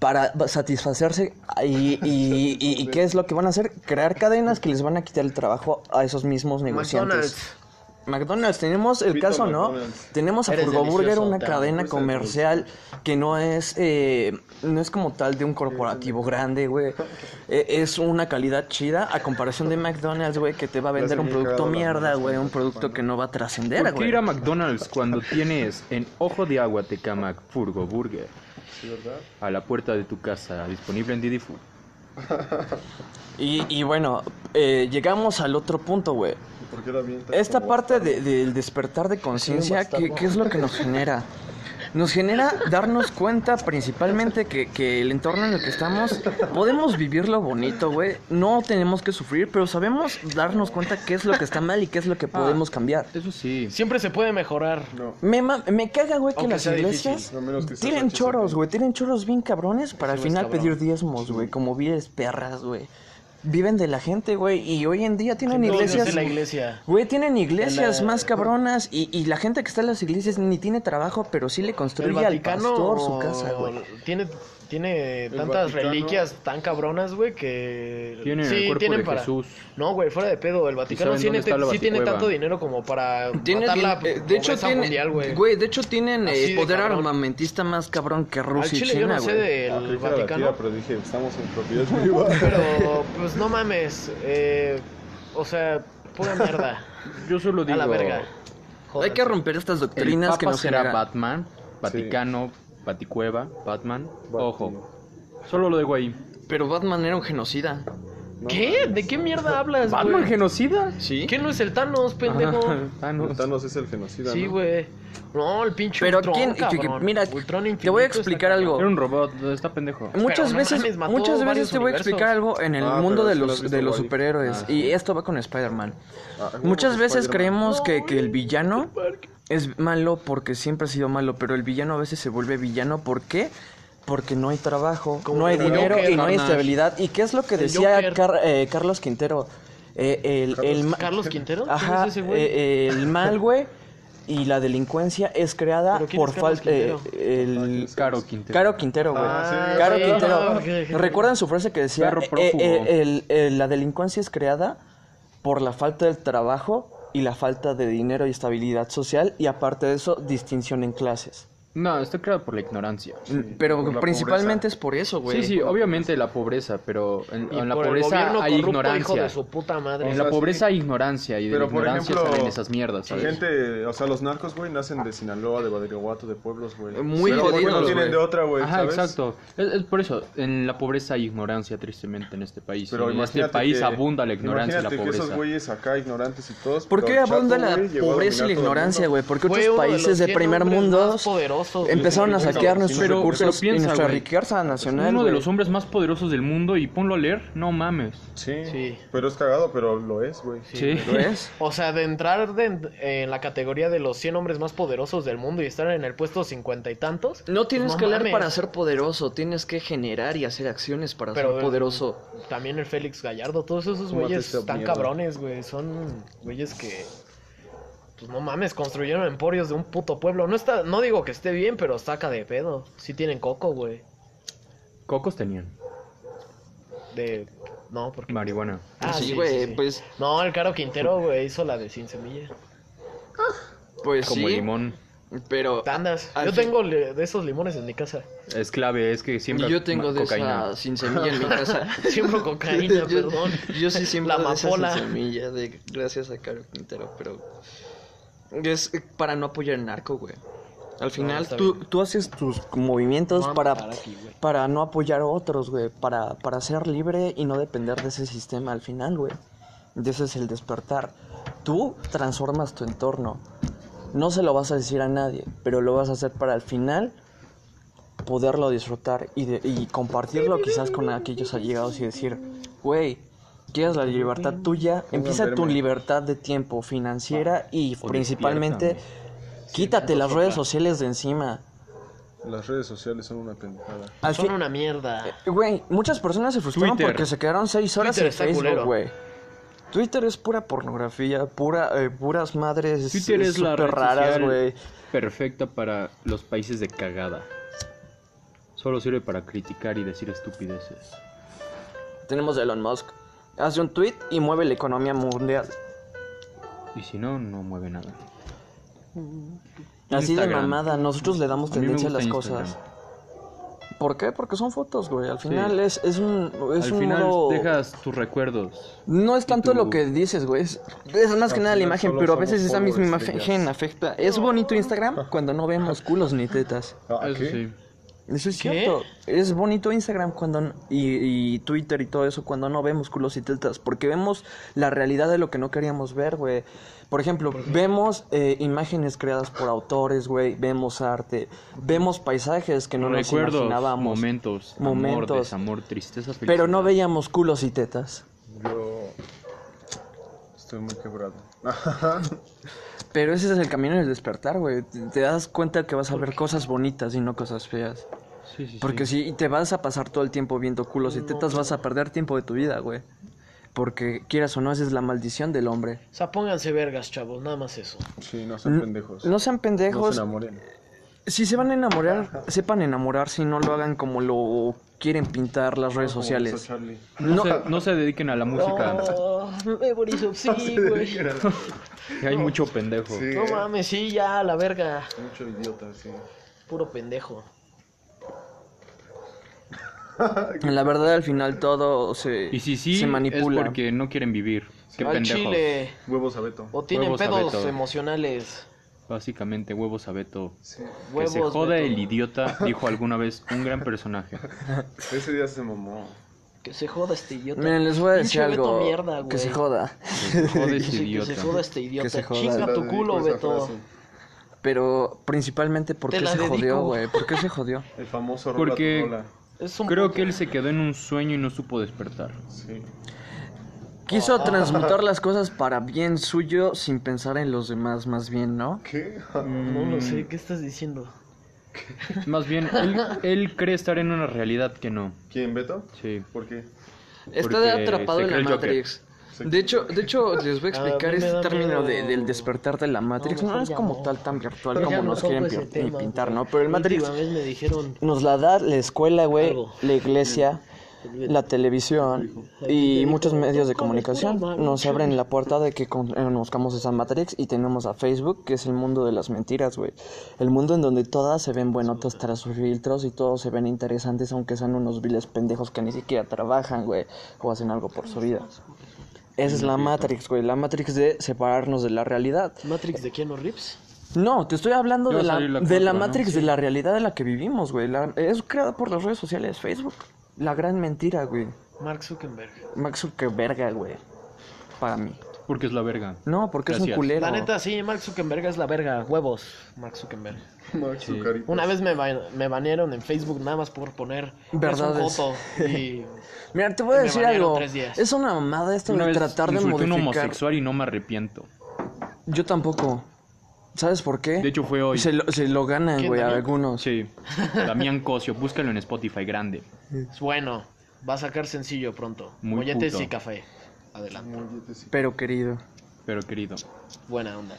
para ba- satisfacerse. Y, y- y- y qué es lo que van a hacer? Crear cadenas que les van a quitar el trabajo a esos mismos negociantes. McDonald's. McDonald's, tenemos el Pito caso, ¿no? McDonald's. Tenemos a Eres Burgoburger, delicioso, una te amo. cadena Pues, comercial que no es, eh, no es como tal de un corporativo grande, *laughs* güey. Eh, es una calidad chida a comparación de McDonald's, güey, que te va a vender Ya un se me producto cagaron las mierda, manos güey, con un esta producto pan. que no va a trascender, ¿Por qué güey. ir a McDonald's cuando tienes en Ojo de Agua, Tecamac, Furgo, Burger, Sí, ¿verdad? a la puerta de tu casa, disponible en Didi Food? Y, y bueno, eh, llegamos al otro punto, güey. ¿Y por qué la avientas Esta como parte de- del despertar de conciencia, ¿qué, qué es lo que nos genera? Nos genera darnos cuenta principalmente que, que el entorno en el que estamos podemos vivirlo bonito, güey. No tenemos que sufrir, pero sabemos darnos cuenta qué es lo que está mal y qué es lo que podemos cambiar. Eso sí. Siempre se puede mejorar. No. Me, ma- me caga, güey, que Aunque las sea iglesias difícil, a menos que sea tienen rechazado. choros, güey. Tienen choros bien cabrones para al Eso es final cabrón. pedir diezmos, güey. Como viles perras, güey. Viven de la gente, güey. Y hoy en día tienen Entonces, iglesias. en la iglesia. Güey, tienen iglesias En la- más cabronas y, y la gente que está en las iglesias ni tiene trabajo, pero sí le El construye al Vaticano pastor su casa, güey. tiene tiene tantas Vaticano- reliquias tan cabronas, güey, que Tienen el cuerpo de Jesús. No, güey, fuera de pedo, el Vaticano saben tiene- dónde está la sí tiene baticueva. tanto dinero como para Tienen- matar la eh, de hecho pobreza tienen, mundial, güey. güey, de hecho tienen eh, Así de poder cabrón. armamentista más cabrón que Al Rusia y Chile yo China, no sé güey. Ah, creí del que era la tía, Vaticano, pero dije, estamos en propiedad *laughs* privada. pero pues no mames, eh, o sea, pura mierda, Yo solo digo. a la verga. Hay que Jódanse. romper estas El doctrinas que Papa nos será generan. Batman, Vaticano, Baticueva, Batman. Vaticano. Ojo. Solo lo digo ahí. Pero Batman era un genocida. No, ¿Qué? ¿De qué mierda hablas, ¿Batman güey? genocida? ¿Sí? ¿Quién no es el Thanos, pendejo? Ah, Thanos. Thanos es el genocida, Sí, ¿no? güey. No, el pinche Pero Ultron, quién- cabrón. que- que- mira, Ultron te voy a infinito explicar está algo. Era un robot, está pendejo. Muchas no veces, mames, mató muchas veces varios te voy a explicar algo en el Ah, mundo pero de sí lo has los, visto de los Wally. superhéroes. Ah, y esto va con Spider-Man. Ah, huevo, Muchas veces Spider-Man. creemos que, que el villano es malo porque siempre ha sido malo, pero el villano a veces se vuelve villano. ¿Por qué? Porque no hay trabajo, Como no hay el dinero Joker, y no hay carnal. estabilidad. ¿Y qué es lo que El decía Joker. Car- eh, Carlos Quintero? Eh, el, Carlos- el ma- ¿Carlos Quintero? ¿Quién Ajá, es ese güey? eh, eh, el mal, güey, y la delincuencia es creada ¿Pero quién por es Carlos falta... eh, Ah, ¿quién el... es? Caro Quintero. Caro Quintero, güey. Ah, sí. Caro sí, ah, Quintero. ok, ok. ¿Recuerdan su frase que decía? Perro "Eh, prófugo". eh, el- el- la delincuencia es creada por la falta del trabajo y la falta de dinero y estabilidad social y aparte de eso, distinción en clases. Mm, No, está creado por la ignorancia. Pero por la principalmente es pobreza. por eso, güey. Sí, sí, obviamente la pobreza, pero en, Y en la por el pobreza gobierno hay corrupto, hijo ignorancia. de su puta madre. En O la sea, pobreza sí. hay ignorancia y de la Pero, por ignorancia ejemplo, salen esas mierdas, ¿sabes? Gente, o sea, los narcos, güey, nacen de Sinaloa, de Badiraguato, de pueblos, güey. Muy Pero, güey, jodidos, No tienen güey. de otra, güey, Ajá, pues, ¿sabes? exacto. Es, es por eso, en la pobreza hay ignorancia, tristemente, en este país. Pero en imagínate este país que- abunda la ignorancia y la imagínate que pobreza. esos güeyes acá, ignorantes y todos. ¿Por qué pero Chapo, abunda la güey, llegó pobreza y la a dominar todo el ignorancia, mundo. güey? Porque Fue otros uno de países los de cien primer hombres más mundo poderosos, güey. empezaron a Pero- saquear nuestros pero recursos piensa, y nuestra güey. riqueza nacional, Uno de güey. los hombres más poderosos del mundo y ponlo a leer, no mames. Sí, Sí. Pero es cagado, pero lo es, güey. Sí. ¿Lo es? O sea, de entrar de- en, en la categoría de los 100 hombres más poderosos del mundo y estar en el puesto cincuenta y tantos. No tienes No que leer mames. para ser poderoso, tienes que generar y hacer acciones para Pero, ser eh, poderoso. También el Félix Gallardo, todos esos Tómate güeyes esta están mierda. cabrones, güey. Son güeyes que. Pues no mames, construyeron emporios de un puto pueblo. No está, no digo que esté bien, pero saca de pedo. Sí tienen coco, güey. Cocos tenían. De. No, porque. Marihuana. Ah, sí, sí, güey, sí, sí. pues, No, el Caro Quintero, güey, hizo la de sin semilla. pues Como sí, limón. pero Tandas. Al Yo fin- tengo le- de esos limones en mi casa. Es clave, es que siempre. yo tengo de cocaína. esa sin semilla *laughs* en mi casa. Siempre *laughs* cocaína, yo, perdón. yo sí siempre La de esa sin amapola. semilla, de, gracias a Caro Quintero, pero es eh, para no apoyar el narco, güey. Al final está tú, bien. tú haces tus movimientos Vamos a para, parar aquí, güey. para no apoyar a otros, güey, para, para ser libre y no depender de ese sistema al final, güey. Y Ese es el despertar. Tú transformas tu entorno. No se lo vas a decir a nadie, pero lo vas a hacer para al final poderlo disfrutar y, de- y compartirlo quizás con aquellos allegados y decir, güey, quieres la libertad tuya, empieza tu verme. libertad de tiempo financiera y O principalmente despiértame. quítate las redes sociales de encima. Las redes sociales son una pendejada. Al Son fin- una mierda. Güey, muchas personas se frustraron Twitter. porque se quedaron seis horas Twitter en está Facebook, culero. güey. Twitter es pura pornografía, pura, eh, puras madres Twitter eh, es la súper red raras, social güey. perfecta para los países de cagada. Solo sirve para criticar y decir estupideces. Tenemos a Elon Musk. Hace un tweet y mueve la economía mundial. Y si no, no mueve nada. Así de Instagram. mamada, nosotros le damos A mí me tendencia a, gusta las Instagram. cosas. ¿Por qué? Porque son fotos, güey. Al Sí. final es, es un, es Al un final modo- dejas tus recuerdos. No es tanto tu- lo que dices, güey. Es, es más que Al nada la final imagen, solo pero a somos veces esa misma polvo de imagen estrellas. afecta. Es bonito Instagram cuando no vemos culos ni tetas. Ah, Eso ¿qué? sí. Eso es ¿Qué? cierto. Es bonito Instagram cuando n- y, y Twitter y todo eso cuando no vemos culos y tetas. Porque vemos la realidad de lo que no queríamos ver, güey. Por ejemplo, vemos eh, imágenes creadas por autores, güey. Vemos arte. Vemos paisajes que no nos Recuerdos, imaginábamos. momentos, Momentos. amor, desamor, tristeza, felicidad. Pero no veíamos culos y tetas. Yo. Estoy muy quebrado. Pero ese es el camino del despertar, güey. Te te das cuenta que vas a ver cosas bonitas y no cosas feas. Sí, sí, sí. Porque si te vas a pasar todo el tiempo viendo culos y tetas, vas a perder tiempo de tu vida, güey. Porque quieras o no, esa es la maldición del hombre. O sea, pónganse vergas, chavos, nada más eso. Sí, no sean pendejos. No sean No se pendejos. enamoren. si se van a enamorar, sepan enamorarse y no lo hagan como lo quieren pintar las redes Como hizo sociales. Charlie. no, se, no se dediquen a la música. Oh, *laughs* Evorizo, sí, güey. que Hay mucho pendejo. Sí, No eh. mames, sí, ya, a la verga. Mucho idiota, sí. Puro pendejo. En la verdad, al final todo se, Y si sí, se manipula. es porque no quieren vivir. Qué Al pendejos. chile. Huevos a Beto. O tienen Huevos a pedos Beto. emocionales. Básicamente, huevos a Beto. Sí. Huevos. que se joda Beto. el idiota, dijo alguna vez un gran personaje. Ese día se mamó. Que se joda este idiota. Miren, les voy a decir Pinche Beto algo. mierda, güey. que se joda. Joder, Que se- ese que idiota. se joda este idiota. Que se joda. La Chinga tu dedico culo, esa Beto. frase. Pero principalmente, ¿por Te qué la se jodió, dedico. güey? ¿Por qué se *laughs* jodió? El famoso rola Porque- tu rola. Es un Creo puto- que él se quedó en un sueño y no supo despertar. Sí. Quiso transmutar las cosas para bien suyo sin pensar en los demás, más bien, ¿no? ¿Qué? No lo Mm, sé, ¿qué estás diciendo? Más bien, él, él cree estar en una realidad que no. ¿Quién, Beto? Sí. ¿Por qué? Está Porque atrapado se en la cree el Joker. Matrix. Se- De hecho, de hecho, les voy a A explicar mí me este da término de- miedo. del despertar de la Matrix. No, mejor es ya como no. tal tan virtual Ya como no nos toco quieren ese pi- tema, pintar, güey. ¿no? Pero el La Matrix última vez me dijeron... nos la da la escuela, güey, Algo. la iglesia, la televisión y Dijo, muchos medios de "Todo es pura comunicación. Nos mancha". abren la puerta de que con- conozcamos esa Matrix y tenemos a Facebook, que es el mundo de las mentiras, güey. El mundo en donde todas se ven buenotas tras sus filtros y todos se ven interesantes, aunque sean unos viles pendejos que ni siquiera trabajan, güey, o hacen algo por su vida. Esa es la Matrix, güey, la Matrix de separarnos de la realidad. ¿Matrix de Keanu Reeves? No, te estoy hablando Iba de a la, salir la de la cuatro, ¿no? Matrix, de la realidad en la que vivimos, güey. La- es creada por las redes sociales, Facebook. La gran mentira, güey. Mark Zuckerberg. Max verga, güey. Para mí. Porque es la verga. No, porque es un Gracias. culero. La neta, sí, Mark Zuckerberg es la verga. Huevos, Mark Zuckerberg. Max Sí. Zucaritas. Una vez me, ba- me banearon en Facebook nada más por poner... Verdades. Es *laughs* un joto. Y... Mira, te voy a Me decir banearon algo. tres días. Es una mamada esto Una de vez tratar de insulté a un modificar. homosexual y no me arrepiento. Yo tampoco. ¿Sabes por qué? De hecho, fue hoy. se, lo, se lo ganan, ¿Quién, güey, a Damián? algunos. Sí. Damián Cosio, búscalo en Spotify grande. Es pues, bueno. Va a sacar sencillo pronto. Muy Molletes puto. y café. Adelante. Molletes y- Pero querido. Pero querido. Buena onda.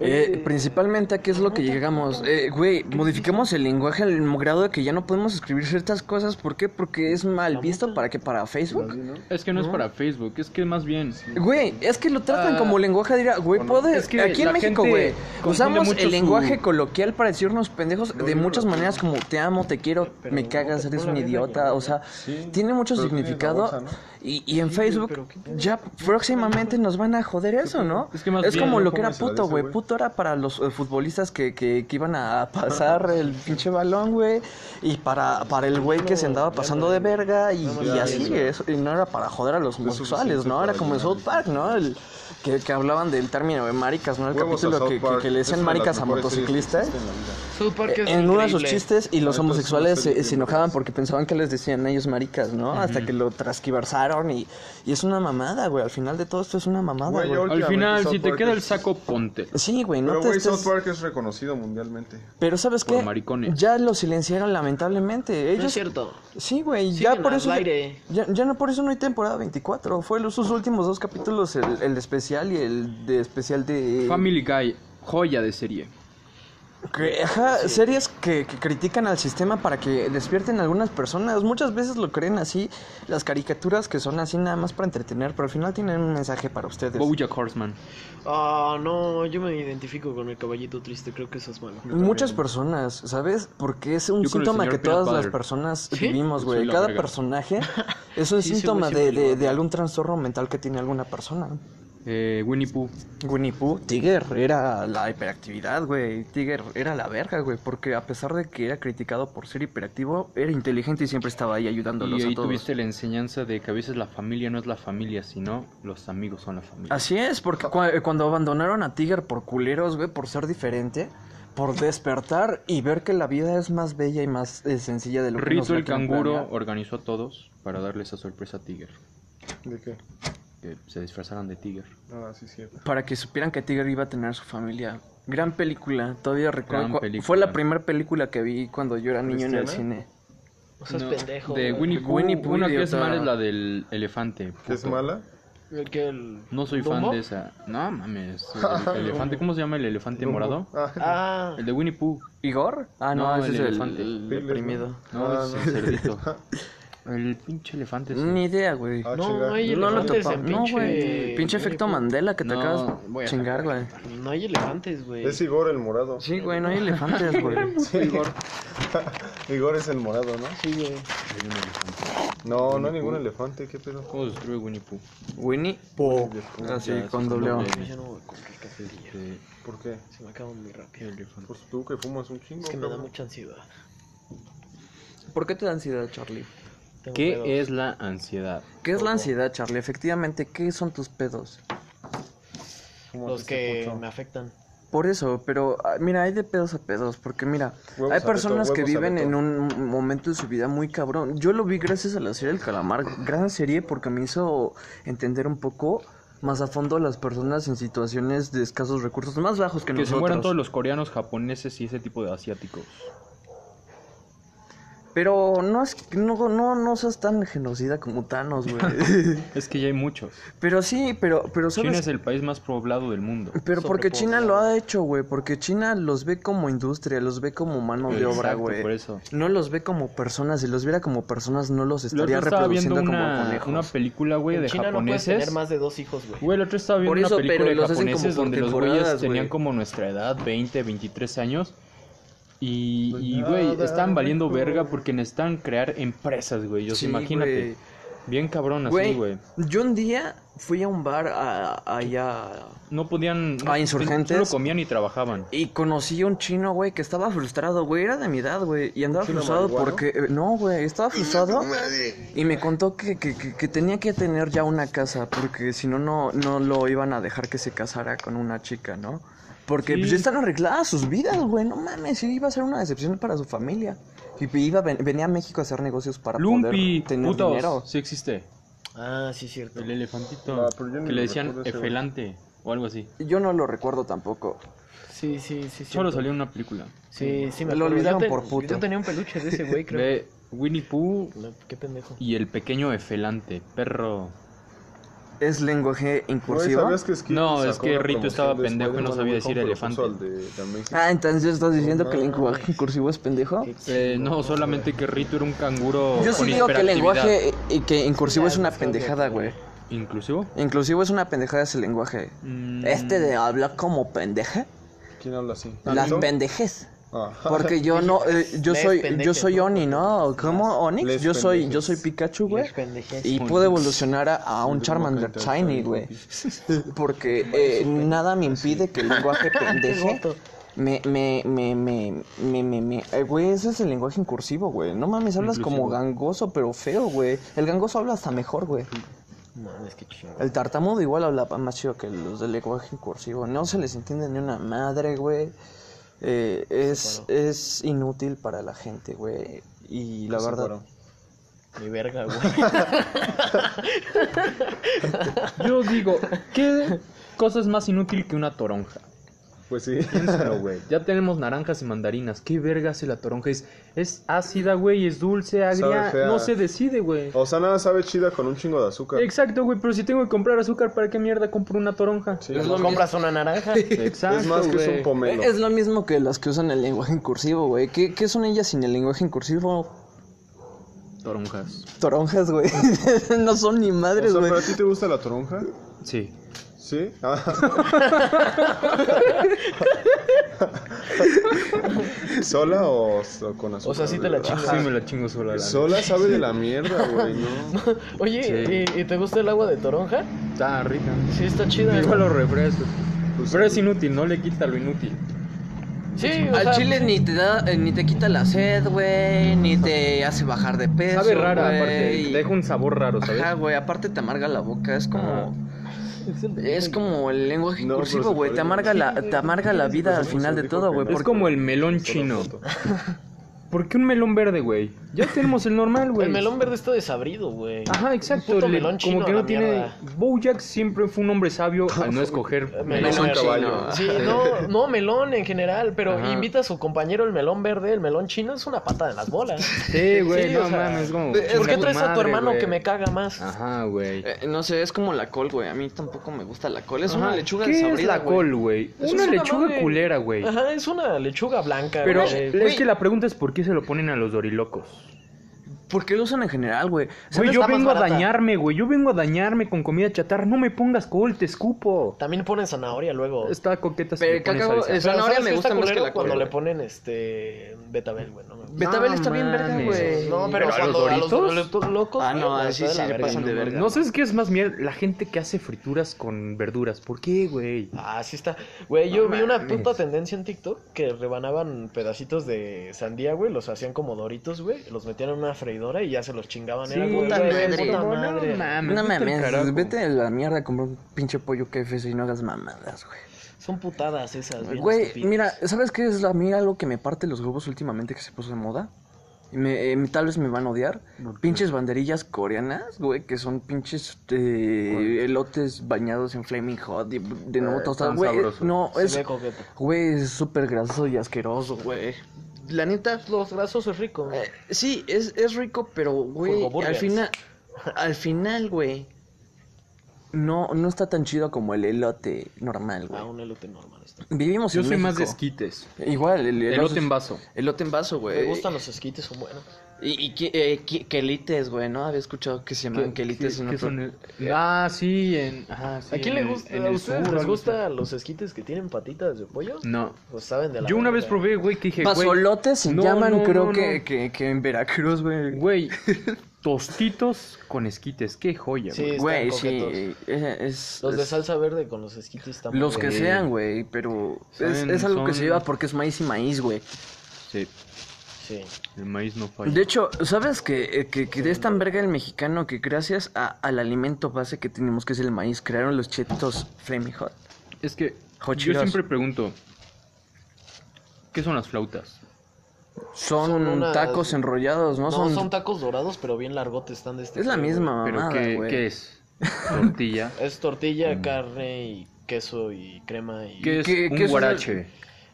Eh, principalmente aquí es lo que llegamos. Eh, Güey, modifiquemos el lenguaje al grado de que ya no podemos escribir ciertas cosas. ¿Por qué? Porque es mal visto para que para Más Facebook. bien, ¿no? Es que no, es para Facebook, es que más bien. Güey, es que lo tratan Ah, como lenguaje de ira. Güey, ¿o no? puede. Es que aquí en la México, gente güey, confunde usamos mucho el su- lenguaje coloquial para decirnos pendejos No, de yo no muchas lo maneras, como te amo, te quiero, Pero me no cagas, te eres un pongas bien idiota. dañado, O sea, Sí, tiene mucho pero tiene la significado. bolsa, ¿no? y, y en Sí, güey, Facebook, pero qué pedo. ya próximamente nos van a joder eso, ¿no? Es que más bien, como ¿no? lo que ¿Cómo era se la puto, dice, güey. güey? Puto era para los eh, futbolistas que, que, que iban a pasar el pinche balón, güey. Y para, para el güey que se andaba pasando de verga. Y, y ya, así, ya. eso- y no era para joder a los homosexuales, suficiente ¿no? Era para como en llenar. South Park, ¿no? El, que, que hablaban del término de maricas, ¿no? El Huevos a capítulo South que, que, Park. que le decían Es una de maricas las a mejores series que motociclistas. existe pues, en la vida. South Park es En uno de sus increíble. chistes y los Ahorita homosexuales somos felices se, se bien enojaban felices. porque pensaban que les decían ellos maricas, ¿no? Hasta que lo transquiversaron y, y es una mamada, güey. Al final de todo esto es una mamada, Güey, güey. yo- Al final, South si te Park queda el es- saco, ponte. Sí, güey, no Pero, te güey, estés- South Park es reconocido mundialmente. Pero ¿sabes Por qué? maricones. Ya lo silenciaron lamentablemente. No es Ellos... cierto. sí, güey, Siguen ya por al eso... aire. Ya, ya no por eso no hay temporada 24. Fue los sus últimos dos capítulos, el, el especial y el de especial de... Family Guy, joya de serie. Que- ajá, series que, que critican al sistema para que despierten a algunas personas. Muchas veces lo creen así, las caricaturas que son así nada más para entretener, pero al final tienen un mensaje para ustedes. Bojack Horseman. Ah, no, yo me identifico con el caballito triste, creo que eso es malo. Muchas personas, ¿sabes? Porque es un Yo con el síntoma señor que Peanut todas las Butter. personas ¿Sí? vivimos, güey. Soy la Cada verga. *laughs* personaje es un Sí, ese síntoma güey de, sí me de- llegó. de algún trastorno mental que tiene alguna persona. Eh, Winnie Pooh. Winnie Pooh, Tiger era la hiperactividad, güey. Tiger era la verga, güey. Porque a pesar de que era criticado por ser hiperactivo, era inteligente y siempre estaba ahí ayudándolos Y a ahí todos. tuviste la enseñanza de que a veces la familia no es la familia, sino los amigos son la familia. Así es, porque cua- cuando abandonaron a Tiger por culeros, güey, por ser diferente, por despertar y ver que la vida es más bella y más eh, sencilla de lo que nos Rito la el quieren canguro planear. organizó a todos para darle esa sorpresa a Tiger. ¿De qué? Que se disfrazaran de Tiger. Ah, sí, cierto. Para que supieran que Tiger iba a tener su familia. Gran película, todavía recuerdo. Gran cua- película. Fue la primera película que vi cuando yo era niño en el ¿Cristiana? cine. O sea, No, es pendejo. De güey. Winnie Pooh. Winnie Pooh, Una que es idiota. mala es la del elefante. ¿Qué es puto. mala? El que el- No soy ¿Dumbo? fan de esa. No mames. *laughs* El elefante, ¿cómo se llama el elefante No, morado? Ah, Ah, El de Winnie Pooh. ¿Igor? Ah, no, No, ese el es el, elefante. el Piglet, ¿no? deprimido. No, Ah, es no. el cerdito. El pinche elefante. ese. Ni idea, güey. ah, no, chinga. hay No lo elefantes topa. en No, pinche... güey. Pinche Winnie efecto Pooh. Mandela que te No, acabas voy de a chingar, güey. No hay elefantes, güey. Es Igor el morado. Sí, güey, no hay *laughs* elefantes, güey. Sí. Igor *laughs* es el morado, ¿no? Sí, güey. Hay un elefante. No, no hay ningún elefante, qué pedo. ¿Cómo se escribe Winnie Pooh? Winnie Pooh. Así, Ya, con sí, doble O. doble Yo no voy a comprar café. ya. Este, ¿Por qué? Se me acaban muy rápido. elefante. Pues tú que fumas un chingo. Es que me da cabrón. mucha ansiedad. ¿Por qué te da ansiedad, Charlie? tengo pedos. ¿Qué es la ansiedad? ¿Qué es la Ojo. ansiedad, Charlie? Efectivamente, ¿qué son tus pedos? Fúmate Los este que pucho. me afectan. Por eso, pero ah, mira, hay de pedos a pedos, porque mira, Huevos hay a personas Beto, que huevos a viven Beto. en un momento de su vida muy cabrón. Yo lo vi gracias a la serie El Calamar, gran serie porque me hizo entender un poco más a fondo a las personas en situaciones de escasos recursos, más bajos que, Que nosotros. se mueran todos los coreanos, japoneses y ese tipo de asiáticos. Pero no es no, no, no seas tan genocida como Thanos, *laughs* güey. Es que ya hay muchos. pero sí, pero, pero China sabes. es el país más poblado del mundo. Pero porque China lo sobrepoblado. ha hecho, güey, porque China los ve como industria, los ve como mano de obra, Exacto, güey. por eso. No los ve como personas, si los viera como personas no los La estaría otra estaba viendo reproduciendo como una, conejos. una película, güey, en de China no puedes japoneses. tener más de dos hijos, güey. Güey, el otro estaba viendo Por eso, una película pero de los hacen como japoneses por donde los temporadas, güeyes tenían güey. como nuestra edad, 20, 23 años. Y, Pues y, güey, nada, están valiendo hijo. verga porque necesitan crear empresas, güey. Yo Sí, imagínate. Bien cabrón así, güey. güey. Güey, yo un día fui a un bar a- allá No podían... no- Ah, insurgentes. Solo comían y trabajaban. y conocí a un chino, güey, que estaba frustrado, güey, era de mi edad, güey, y andaba chino frustrado marihuano? porque... eh, No, güey, estaba frustrado y me contó que, que- que- que tenía que tener ya una casa porque si no, no, no lo iban a dejar que se casara con una chica, ¿no? Porque Sí. pues, ya están arregladas sus vidas, güey, no mames, sí, iba a ser una decepción para su familia. Y iba, a ven- venía a México a hacer negocios para Lumpi, poder tener putos. dinero. Sí existe. Ah, sí, cierto. El elefantito. Ah, pero yo ni que le lo decían recuerdo ese, güey. efelante o algo así. Yo no lo recuerdo tampoco. Sí, sí, sí. cierto. Solo salió en una película. Sí, sí, me Lo acuerdo. Yo olvidaron ten- por puto. Yo tenía un peluche de ese *laughs* güey, creo. Ve Winnie Pooh No, Qué pendejo. y el pequeño efelante, perro. ¿Es lenguaje Güey, incursivo? ¿sabías que Skippy No, es sacó que una Rito promoción estaba de pendejo y no Spider-Man, sabía güey, decir con elefante. propuso al de- de Amazing? Ah, entonces estás diciendo que el mames. lenguaje incursivo es pendejo. Qué Eh, chingón, no, solamente que Rito era un canguro. Yo con sí digo que el hiperactividad. lenguaje eh, y que incursivo Ya, es una está bien. pendejada, güey. ¿Inclusivo? Inclusivo es una pendejada ese lenguaje. Mm, Este de hablar como pendeja, ¿Quién habla así? las ¿Alito? pendejes. Ah. *laughs* Porque yo no, eh, yo Les soy, yo pendejes, soy ¿no? Oni, ¿no? ¿Cómo Onix? Les Yo soy, yo pendejes. soy Pikachu, güey. Las pendejes. Y puedo evolucionar a, a un Charmander Shiny, güey. Porque eh, nada me impide que el lenguaje pendeje Qué joto. me, me, me, me, me, me, me- eh, güey, ese es el lenguaje incursivo, güey. No mames, hablas como Inclusivo. gangoso, pero feo, güey. El gangoso habla hasta mejor, güey. Mames, qué chingón. El tartamudo igual habla más chido que los del lenguaje incursivo. No se les entiende ni una madre, güey. Eh, es, es inútil para la gente, güey. Y la verdad, Mi verga, güey. Yo digo, ¿qué *laughs* cosa es más inútil que una toronja? Pues sí. Piénsalo, güey. Ya tenemos naranjas y mandarinas. ¿Qué verga hace la toronja? Es, es ácida, güey, es dulce, agria. Sabe fea. No se decide, güey. *laughs* O sea, nada sabe chida con un chingo de azúcar. Exacto, güey, pero si tengo que comprar azúcar, ¿para qué mierda compro una toronja? Sí, Pues ¿no? compras una naranja. Exacto, Es más que es güey. un pomelo. eh, es lo mismo que las que usan el lenguaje incursivo, güey. ¿Qué, ¿Qué son ellas sin el lenguaje incursivo? Toronjas. Toronjas, güey. *laughs* no son ni O madres, sea, güey. ¿pero a ti te gusta la toronja? Sí. *laughs* ¿Sí? Ah, ¿Sola o, o con azúcar? O sea, sí te la güey? chingas. Sí, me la chingo sola. *laughs* la Sola sabe de la mierda, güey, ¿no? Oye, Sí. ¿y, y te gusta el agua de toronja? neta. Está rica. Sí, está chida. Igual los refrescos. Pues, Pero es inútil, no le quita lo inútil. Sí, o Al sea, chile ni te da, eh, ni te quita la sed, güey, ni te hace bajar de peso. Sabe rara, güey. aparte. Deja un sabor raro, ¿sabes? Ajá, güey, aparte te amarga la boca, es como Es, el- es como el lenguaje No, pero incursivo, se güey, te parece. amarga la te amarga la vida al final de todo, güey, Es Es porque como el melón chino. *laughs* ¿Por qué un melón verde, güey? Ya tenemos el normal, güey. el melón verde está desabrido, güey. Ajá, exacto. Puto le- melón chino como que a no la tiene. mierda. Bojack siempre fue un hombre sabio *laughs* al no escoger melón. melón verde. caballo. Sí, no, no, melón en general, pero Ajá. invita a su compañero el melón verde, el melón chino es una pata de las bolas. Sí, güey, Sí, no o sea, mames, como. ¿Por qué chinga traes a tu madre, hermano güey. que me caga más? Ajá, güey. eh, no sé, es como la col, güey, a mí tampoco me gusta la col, es una Ajá, lechuga ¿Qué desabrida, es la güey. col, güey? Es una una lechuga madre. culera, güey. Ajá, es una lechuga blanca, Pero güey. es que la pregunta es por qué se lo ponen a los dorilocos. ¿Por qué lo usan en general, güey? Güey, ¿Sabes? yo está más vengo a barata. dañarme, güey. Yo vengo a dañarme con comida chatarra. No me pongas col, te escupo. También ponen zanahoria luego. Está coqueta si Pero le pones cago- salsa. es- Zanahoria ¿sabes me qué está gusta más que culero? la cuando cola, le güey. ponen este betabel, güey, no me gusta. Betabel No está bien verga, mames. güey. No, pero, ¿Pero a los cuando- a los Doritos? Doritos locos. Ah, no, güey, así está de sí la le verga. pasan de verga. No sabes qué es más mierda. La gente que hace frituras con verduras. ¿Por qué, güey? Ah, sí está. Güey, yo No vi una mames. puta tendencia en TikTok que rebanaban pedacitos de sandía, güey, los hacían como doritos, güey, los metían en una freidora y ya se los chingaban. Era Sí, como, puta "Güey, madre. puta Como, no madre". mames. No vete al mames, carajo. vete a la mierda a comprar un pinche pollo KFC y no hagas mamadas, güey. Son putadas esas. bien Güey, estúpidas. mira, ¿sabes qué es la, a mí algo que me parte los huevos últimamente que se puso de moda? Y me- eh, me- tal vez me van a odiar. pues, Pinches banderillas coreanas, güey, que son pinches eh, ¿Cuál? elotes bañados en flaming hot y de nuevo Eh, tostados, tan güey. sabroso. No, Se es, ve coqueto. güey, es súper grasoso y asqueroso, güey. La neta, Los grasos es rico. eh, sí, es, es rico, pero, güey, al Burgers. final, al final, güey, no, no está tan chido como el elote normal, güey. A Ah, un elote normal. Está. Vivimos Yo pues en soy más de México. esquites. Igual, el Elote en vaso. Elote en vaso, güey. Me gustan los esquites, son buenos. Y, y que- eh, que- quelites, güey, ¿no? Había escuchado que se llamaban quelites en otro- Ah, sí, en... ah, sí, ¿A quién en le el- gusta? en ¿A el ustedes sur, les algo así. gustan los esquites que tienen patitas de pollo? No. Pues saben de la Yo una vez verga. probé, güey, que dije, güey, Pasolotes se no, llaman, no, creo no, que, no. que- que en Veracruz, güey. *laughs* güey, tostitos con esquites, qué joya, Sí, güey. están Güey, coquetos. sí. eh, Es, Los de es- salsa verde con los esquites están los muy que buenos. sean, güey, pero es, Saben, es algo que se son- lleva porque es maíz y maíz, güey. Sí, Sí. el maíz no falla. De hecho, ¿sabes que, eh, que, que de esta verga el mexicano que gracias a- al alimento base que tenemos, que es el maíz, crearon los chetos Flaming Hot? es que Hot yo Cheetos. siempre pregunto, ¿qué son las flautas? Son, Son unas- tacos enrollados, ¿no? No, son... son... tacos dorados, pero bien largotes están de este Es la pedo, güey. misma ¿Pero mamada, qué, güey. qué es? Tortilla. Es tortilla, Mm. carne y queso y crema y ¿Qué es ¿Qué- un qué es una- guarache?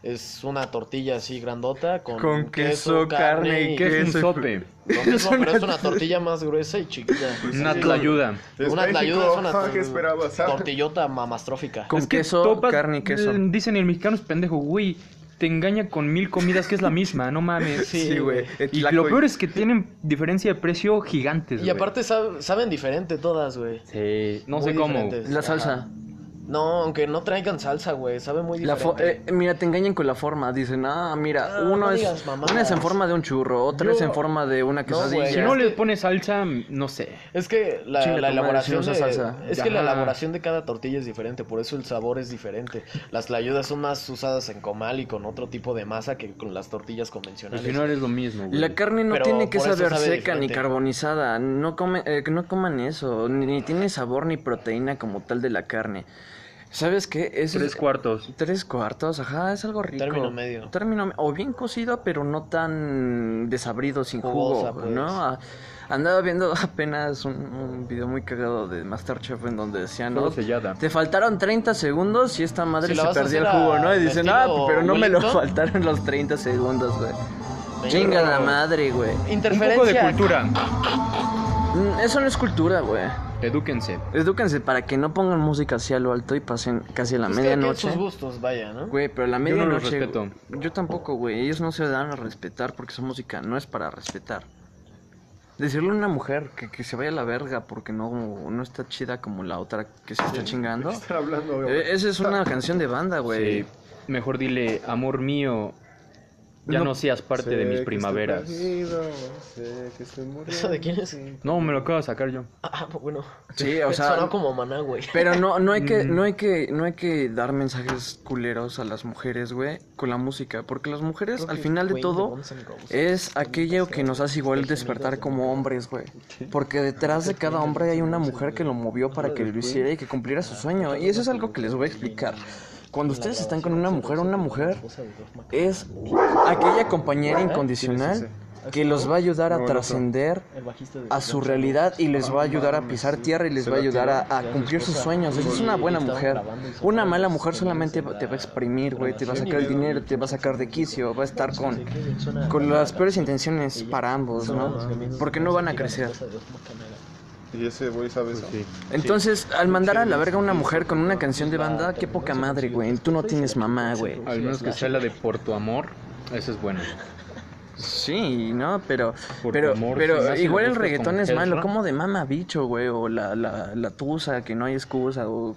es una tortilla así grandota con, Con queso, carne y y ¿Qué es un Eso- sope? Lo *laughs* mismo, pero es una tortilla más gruesa y chiquita. Mm. Una sí. tlayuda. Es una Pues, México, tlayuda es una ajá, ¿Qué tor- esperabas? *laughs* tortillota mamastrófica. Con queso, topas- carne y queso. eh, Dicen el mexicano es pendejo, güey. Te engaña con mil comidas que es la misma, no mames. Sí, güey. Y lo peor es que tienen diferencia de precio gigantes, Y güey. aparte sab- saben diferente todas, güey. Sí, no Muy sé cómo. diferentes. La Ajá. salsa. No, aunque no traigan salsa, güey, sabe muy La fo- diferente. eh, mira, te engañan con la forma. Dicen, ah, mira, Ah, uno no es, digas mamadas. una es en forma de un churro, otra Yo- es en forma de una quesadilla. güey, Si Ya. no le pones salsa, no sé. Es que la, Chinga la tu madre, si no elaboración de, usa salsa. es que la Ajá. elaboración de cada tortilla es diferente, por eso el sabor es diferente. Las tlayudas son más usadas en comal y con otro tipo de masa que con las tortillas Al convencionales. final es lo mismo, güey. La carne no Pero tiene que por eso saber sabe seca ni diferente. carbonizada. No, come- eh, que no coman eso. Ni, ni tiene sabor ni proteína como tal de la carne. ¿Sabes qué? Eso Tres es cuartos. tres cuartos. Ajá, es algo rico. Término medio. Término me- o bien cocido, pero no tan desabrido, sin Jugosa, jugo, pues. ¿no? Ah, Andaba viendo *laughs* apenas un, un video muy cagado de Masterchef en donde decían, Solo ¿no? sellada. Te faltaron 30 segundos y esta madre Si la se vas a perdía el hacer jugo, a- ¿no? Y dicen, ah, estilo pero no me lo *laughs* Wellington". faltaron los 30 segundos, güey. Me Chinga llevo- la madre, güey. Un Interferencia. poco de cultura. Mm, Eso no es cultura, güey. Edúquense. Edúquense para que no pongan música así a lo alto y pasen casi a la Es que tiene medianoche. Pues sus gustos, vaya, ¿no? Güey, pero a la Yo no los medianoche. respeto. güey, Yo tampoco, güey. Ellos no se dan a respetar porque su música no es para respetar. Decirle a una mujer que, que se vaya a la verga porque no, no está chida como la otra que se está chingando. Están hablando, güey. Eh, Esa es una canción de banda, güey. Sí. Mejor dile, amor mío, ya No. no, seas parte de Sé mis que primaveras. estoy perdido, sé que estoy muriendo. ¿Eso de quién es? No, me lo acabo de sacar yo. Ah, bueno. Sí, *laughs* o sea, Sonó como maná, güey. Pero no, no hay Mm. que, no hay que, no hay que dar mensajes culeros a las mujeres, güey, con la música, porque las mujeres, Creo al que final de Wayne de todo, Guns N' Roses. es aquello que nos hace igual despertar como hombres, güey. Porque detrás de cada hombre hay una mujer que lo movió para que lo hiciera y que cumpliera su sueño. Y eso es algo que les voy a explicar. Cuando ustedes están con una mujer, una mujer eh, es aquella compañera incondicional que los va a ayudar a trascender El bajista de- a su realidad y les va a ayudar a pisar tierra y les va a ayudar a, a cumplir sus sueños. Esa es una buena mujer. Una mala mujer solamente va- te va a exprimir, güey, te va a sacar el dinero, te va a sacar de quicio, va a estar con, con las peores intenciones para ambos, ¿no? Porque no van a crecer. Y ese güey sabe eso. Entonces, al mandar a la verga a una mujer con una canción de banda, qué poca madre, güey. Tú no tienes mamá, güey. Al menos que sea la de Por tu amor, esa es buena. Sí, no, pero Por pero tu amor, si me pero hace igual lo el justo reggaetón como es malo, Ezra. como de mama bicho, güey, o la la la tusa que no hay excusa o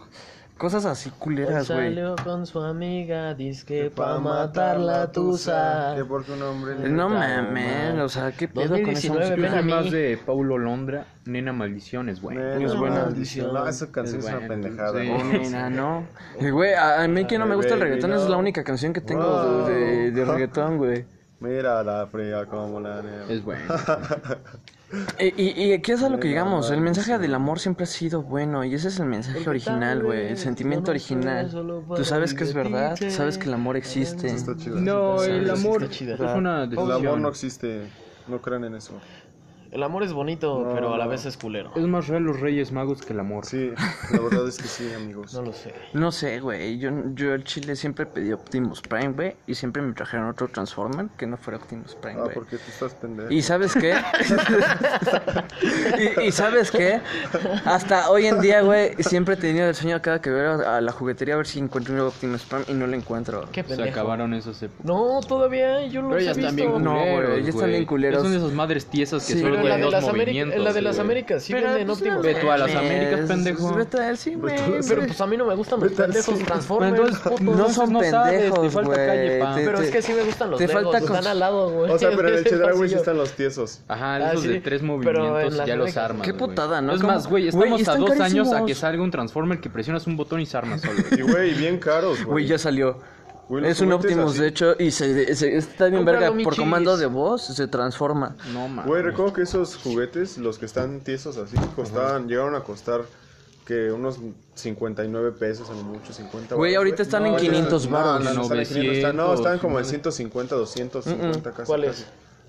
cosas así Hoy culeras, güey. salió con su amiga, dice que pa' matar la tusa. Que por su nombre. le- No Puta mames, madre. o sea, qué pedo con esa 2019, música. Yo ven a soy mí. más de Paulo Londra, Nena Maldición es buena. Nena, es buena. maldición. No, Ah, esa canción Es es, una buena, pendejada. sí. Oh, *laughs* ¿no? nena, no. Y, Güey, a a mí que no me gusta el Baby, reggaetón, esa es la no. única canción que tengo Wow. de, de reggaetón, güey. Mira la fría como la nieve. Es bueno. Y, Eh, y, y aquí es a lo que Sí, llegamos. no, El no, mensaje sí. del amor siempre ha sido bueno. Y ese es el mensaje Porque original, tal güey. El vez sentimiento no nos original. queda solo Tú para sabes que es verdad. Tú divertirte. sabes que el amor existe. Está chido. No, Sí, el sí, amor está chida. es una El amor decisión. no existe. No crean en eso. El amor es bonito, No, pero a la no. vez es culero. Es más real los Reyes Magos que el amor. Sí, la verdad es que sí, amigos. No lo sé. *laughs* No sé, güey. Yo, yo el chile siempre pedí Optimus Prime, güey. Y siempre me trajeron otro Transformer que no fuera Optimus Prime, Ah, güey. porque tú estás pendejo. ¿Y sabes qué? *laughs* y, y sabes qué? Hasta hoy en día, güey, siempre he tenido el sueño cada que veo a la juguetería a ver si encuentro un nuevo Optimus Prime y no lo encuentro. Qué Se pendejo. acabaron esas épocas. No, todavía ¿eh? yo no Pero los he ellas visto. están bien No, culeros, güey, ellas están bien culeros. Son de esas madres tiesas que Sí, solo Pero en la tienen de dos las Américas, movimientos. en la de las güey. Américas sí Pero, venden pues, óptimos. no Ve tú a las mames, Américas, pendejo. Vete a él, sí, Ve tú a güey, las Pero güey. pues a mí no me gustan los Vete al pendejos cine. Transformers. putos. no entonces son sabes, te pendejos, falta calle, güey. pa. Te- Pero es te- que sí me gustan los te Legos, falta están cos- al lado, güey. O sea, *laughs* pero en el este Ese Chedraui sí pasillo. están los tiesos. Ajá, Ah, esos sí, de tres pero en movimientos las ya los Américas- armas. Qué güey. putada, ¿no? Es ¿Cómo? más, güey, Güey, estamos a están dos años a carísimos. que salga un Transformer que presionas un botón y se arma solo. *laughs* Y güey, bien caros, güey. Güey, ya salió. Güey, los es un juguetes Optimus, así. de hecho, y se, se- está bien Cómpralo, verga. mi Por chis. comando de voz se transforma. No mames. Güey, recuerdo que esos juguetes, los que están tiesos así, costaban, llegaron a costar que unos 59 pesos, a lo mucho 50 Güey, baros, ahorita están en 500 No, baros. no, no, están en 500, están- no, 900, estaban como en madre. 150, 250 casi. ¿Cuáles? casi.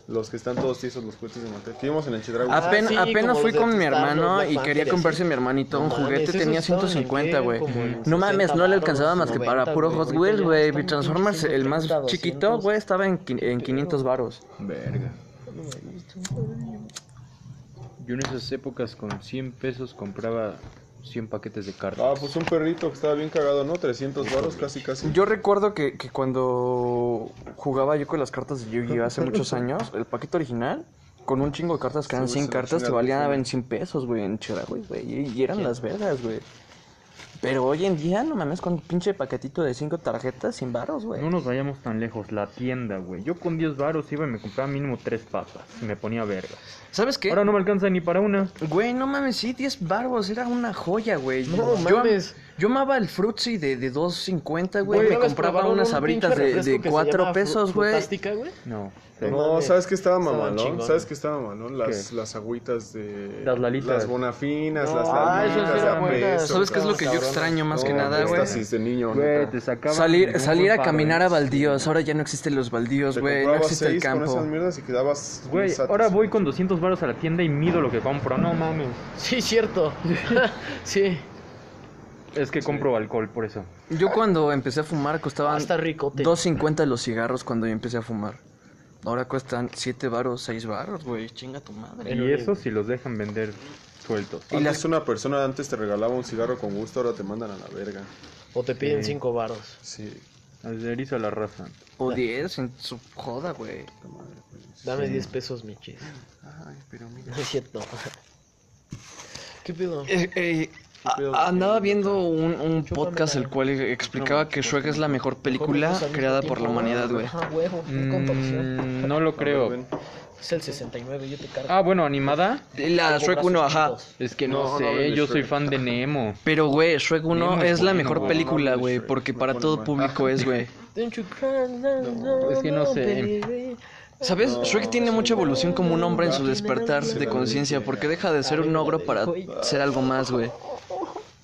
Los que están todos tiesos, los juguetes de material. Que vimos en el Chedraui. Ah, Apen- sí, apenas como fui los de con mi Star Wars, hermano Black y quería Panther, comprarse mi hermanito un No juguete, mames, tenía esos estaban en 150, qué, güey. como en No mames, 60 no le varos, alcanzaba más que para 90, puro güey. Hot Ahorita Wheels, ya güey. están Mi Transformers, el más 130, chiquito, 200. güey, estaba en, quin- en 500 varos. Verga. Yo en esas épocas con 100 pesos compraba 100 paquetes de cartas. Ah, pues un perrito que estaba bien cagado, ¿no? 300 baros casi, casi. Yo recuerdo que, que cuando jugaba yo con las cartas de Yu-Gi-Oh! hace muchos años, el paquete original, con un chingo de cartas que eran Sí, 100 güey, se la cartas, te chingan, valían sí. en 100 pesos, güey, en Chedraui, güey. Y, y eran las vergas, güey. Pero hoy en día, no mames, con un pinche paquetito de 5 tarjetas sin baros, güey. No nos vayamos tan lejos, la tienda, güey. Yo con 10 varos iba y me compraba mínimo 3 papas y me ponía verga. ¿Sabes qué? Ahora no me alcanza ni para una. Güey, no mames, sí, 10 barbos, era una joya, güey. No yo, mames. Yo amaba el Fruitsy de, de 2.50, güey. Güey, Me una vez compraba probaron unas un abritas pinche de, refresco de que se 4 llama Fru- pesos, güey. Frutástica, güey. No. No, mames. ¿sabes qué estaba Estaban mamalón? chingones. ¿Sabes qué estaba mamalón? Las, ¿Qué? las agüitas de... Las lalitas. Las bonafinas, No, las ah, esas lalitas de eran a buenas. peso, ¿Sabes qué es lo que yo cabrón? extraño más que No, nada, güey? éxtasis de niño, Güey, neta. te sacaban Salir, ningún salir a paro, caminar a güey. baldíos. Ahora ya no existen los baldíos, Te güey. No comprabas existe el seis con campo. esas mierdas y quedabas bien Güey, satis. ahora voy con 200 varos a la tienda y mido lo que compro. No mames. Sí, cierto. *laughs* sí. Es que compro alcohol, por eso. Yo cuando empecé a fumar Ah, costaban está ricote. 2.50 los cigarros cuando yo empecé a fumar. Ahora cuestan 7 baros, 6 baros, güey. Chinga tu madre. Pero Y eso bien. si los dejan vender sueltos. Y Antes las- una persona antes te regalaba un cigarro con gusto, ahora te mandan a la verga. O te piden Sí. cinco varos. Sí, Se eriza la raza. O 10 en su joda, güey. puta madre. pues. Dame Sí. 10 pesos, mi chis. Ay, pero mira. No es cierto. *laughs* ¿Qué pedo? Eh, eh, a- pedo? andaba viendo un, un Chúpame podcast la- el cual explicaba que Shrek es la mejor película Comemos al mismo creada por la tiempo, humanidad, güey. Ajá, huevo, qué contorsión. Mm, no lo A ver, creo. ven. Es el 69, yo te cargo. Ah, bueno, animada. Eh, La Algo Shrek 1, brazos ajá. chicos. Es que No, no, no sé, ves yo Shrek. soy fan de Nemo. Pero, güey, Shrek 1 Nemo es es la bueno, mejor güey. película, No, no, güey, Shrek, porque no para pone todo mal. público *laughs* es, güey. Don't you cry, no, No, es que no sé. baby. ¿Sabes? No, Shrek tiene no, mucha no, evolución como un hombre en su no, despertar no, de no, conciencia, no, porque deja de ser un no, ogro no, para no, ser algo más, güey.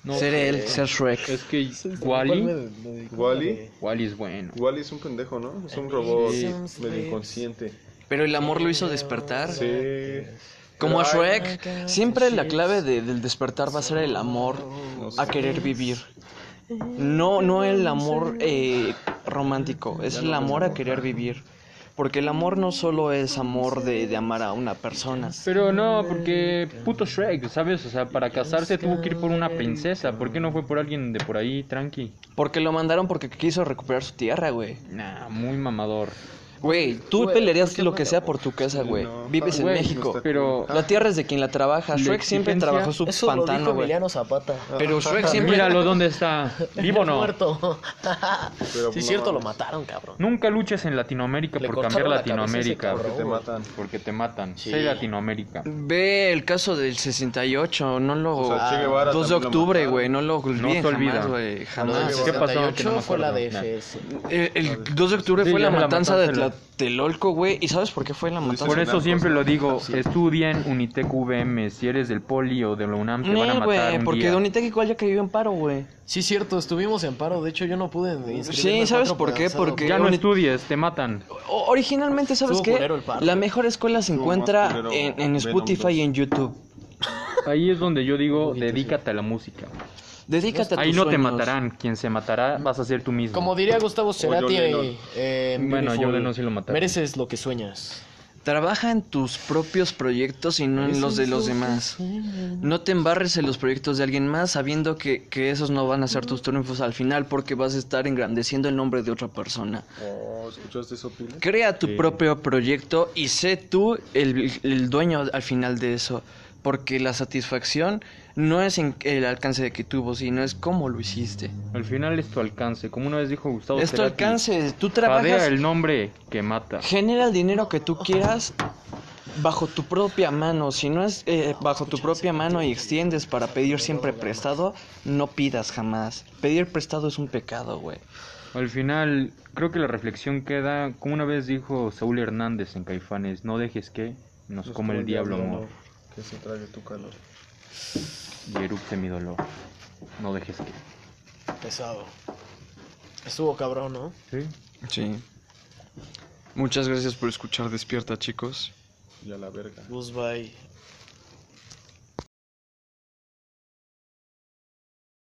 No Ser sé. él, ser Shrek. Es que ¿Cuál me- Wally. me dedicó? Wally. Wally es bueno. Wally es un pendejo, ¿no? Es un robot Sí. medio inconsciente. Pero el amor lo hizo despertar. Sí. Como a Ay, Shrek, siempre la clave de- del despertar va a ser el amor a querer vivir. No, no el amor eh, romántico, es el amor a querer vivir. Porque el amor no solo es amor de, de amar a una persona. Pero no, porque puto Shrek, ¿sabes? O sea, para casarse tuvo que ir por una princesa. ¿Por qué no fue por alguien de por ahí, tranqui? Porque lo mandaron porque quiso recuperar su tierra, güey. Nah, muy mamador. Güey, tú Güey, pelearías ¿por qué lo que manda, sea por tu casa, Sí, güey. no. Vives en Güey, México. Pero La tierra es de quien la trabaja. La Shrek siempre exigencia- trabajó su Eso lo dijo pantano, güey. Emiliano Zapata. Pero Shrek siempre... míralo dónde está. Ah. ¿Vivo o *laughs* Está no? Muerto. Pero *laughs* sí, no cierto, lo mames. mataron, cabrón. Nunca luches en Latinoamérica Le por cortaron cambiar la cabeza a ese Latinoamérica. cabrón. Te matan. Porque te matan. Sí. Sé Latinoamérica. Ve el caso del 68, no lo... O sea, Che Guevara 2 de también lo octubre, mataron. güey, no lo olviden se olvida. jamás, güey, Lo jamás. del ¿Qué pasó? Ah, Que no me 68 fue la acuerdo. DFS. Eh, El 2 de octubre Sí, fue la la matanza matanza de de la Tlatelolco, güey. ¿Y sabes por qué fue la matanza? Por eso siempre lo digo, estudien Unitec VM, si eres del Poli o de la UNAM te van a Nel, matar güey, un porque día. de Unitec igual ya cayó en paro, güey. Sí, cierto, estuvimos en paro. De hecho, yo no pude inscribirme. Sí, al ¿sabes cuatro por qué? avanzado. Porque- Ya no Unit- estudies, te matan. O- originalmente, ¿sabes Estuvo qué? culero el paro. La mejor escuela se Estuvo más encuentra culero en, en Venom Spotify 2. y en YouTube. Ahí es donde yo digo, poquito, sí. dedícate a la música. Dedícate a tus Ahí no te sueños. matarán, quien se matará vas a ser tú mismo. Como diría Gustavo Cerati, John Lennon. eh, en Bueno, Beautiful, John Lennon sí lo mataron. Mereces lo que sueñas. Trabaja en tus propios proyectos y no en los de los demás. No te embarres en los proyectos de alguien más sabiendo que, que esos no van a ser tus triunfos al final porque vas a estar engrandeciendo el nombre de otra persona. Oh, ¿escuchaste eso, Pile? Crea tu Sí. propio proyecto y sé tú el, el dueño al final de eso. Porque la satisfacción no es en el alcance de que tuvo, sino es cómo lo hiciste. Al final es tu alcance, como una vez dijo Gustavo Es tu Cerati, alcance, tú Padea trabajas, el nombre que mata. genera el dinero que tú quieras bajo tu propia mano. Si no es eh, bajo tu propia mano y extiendes para pedir siempre prestado, no pidas jamás. Pedir prestado es un pecado, güey. Al final, creo que la reflexión queda, como una vez dijo Saúl Hernández en Caifanes, no dejes que nos coma el diablo, amor, Que se trague tu calor. y erupte mi dolor. No dejes que. Pesado. Estuvo cabrón, ¿no? Sí. Sí. Muchas gracias por escuchar Despierta, chicos. Y a la verga. Goodbye.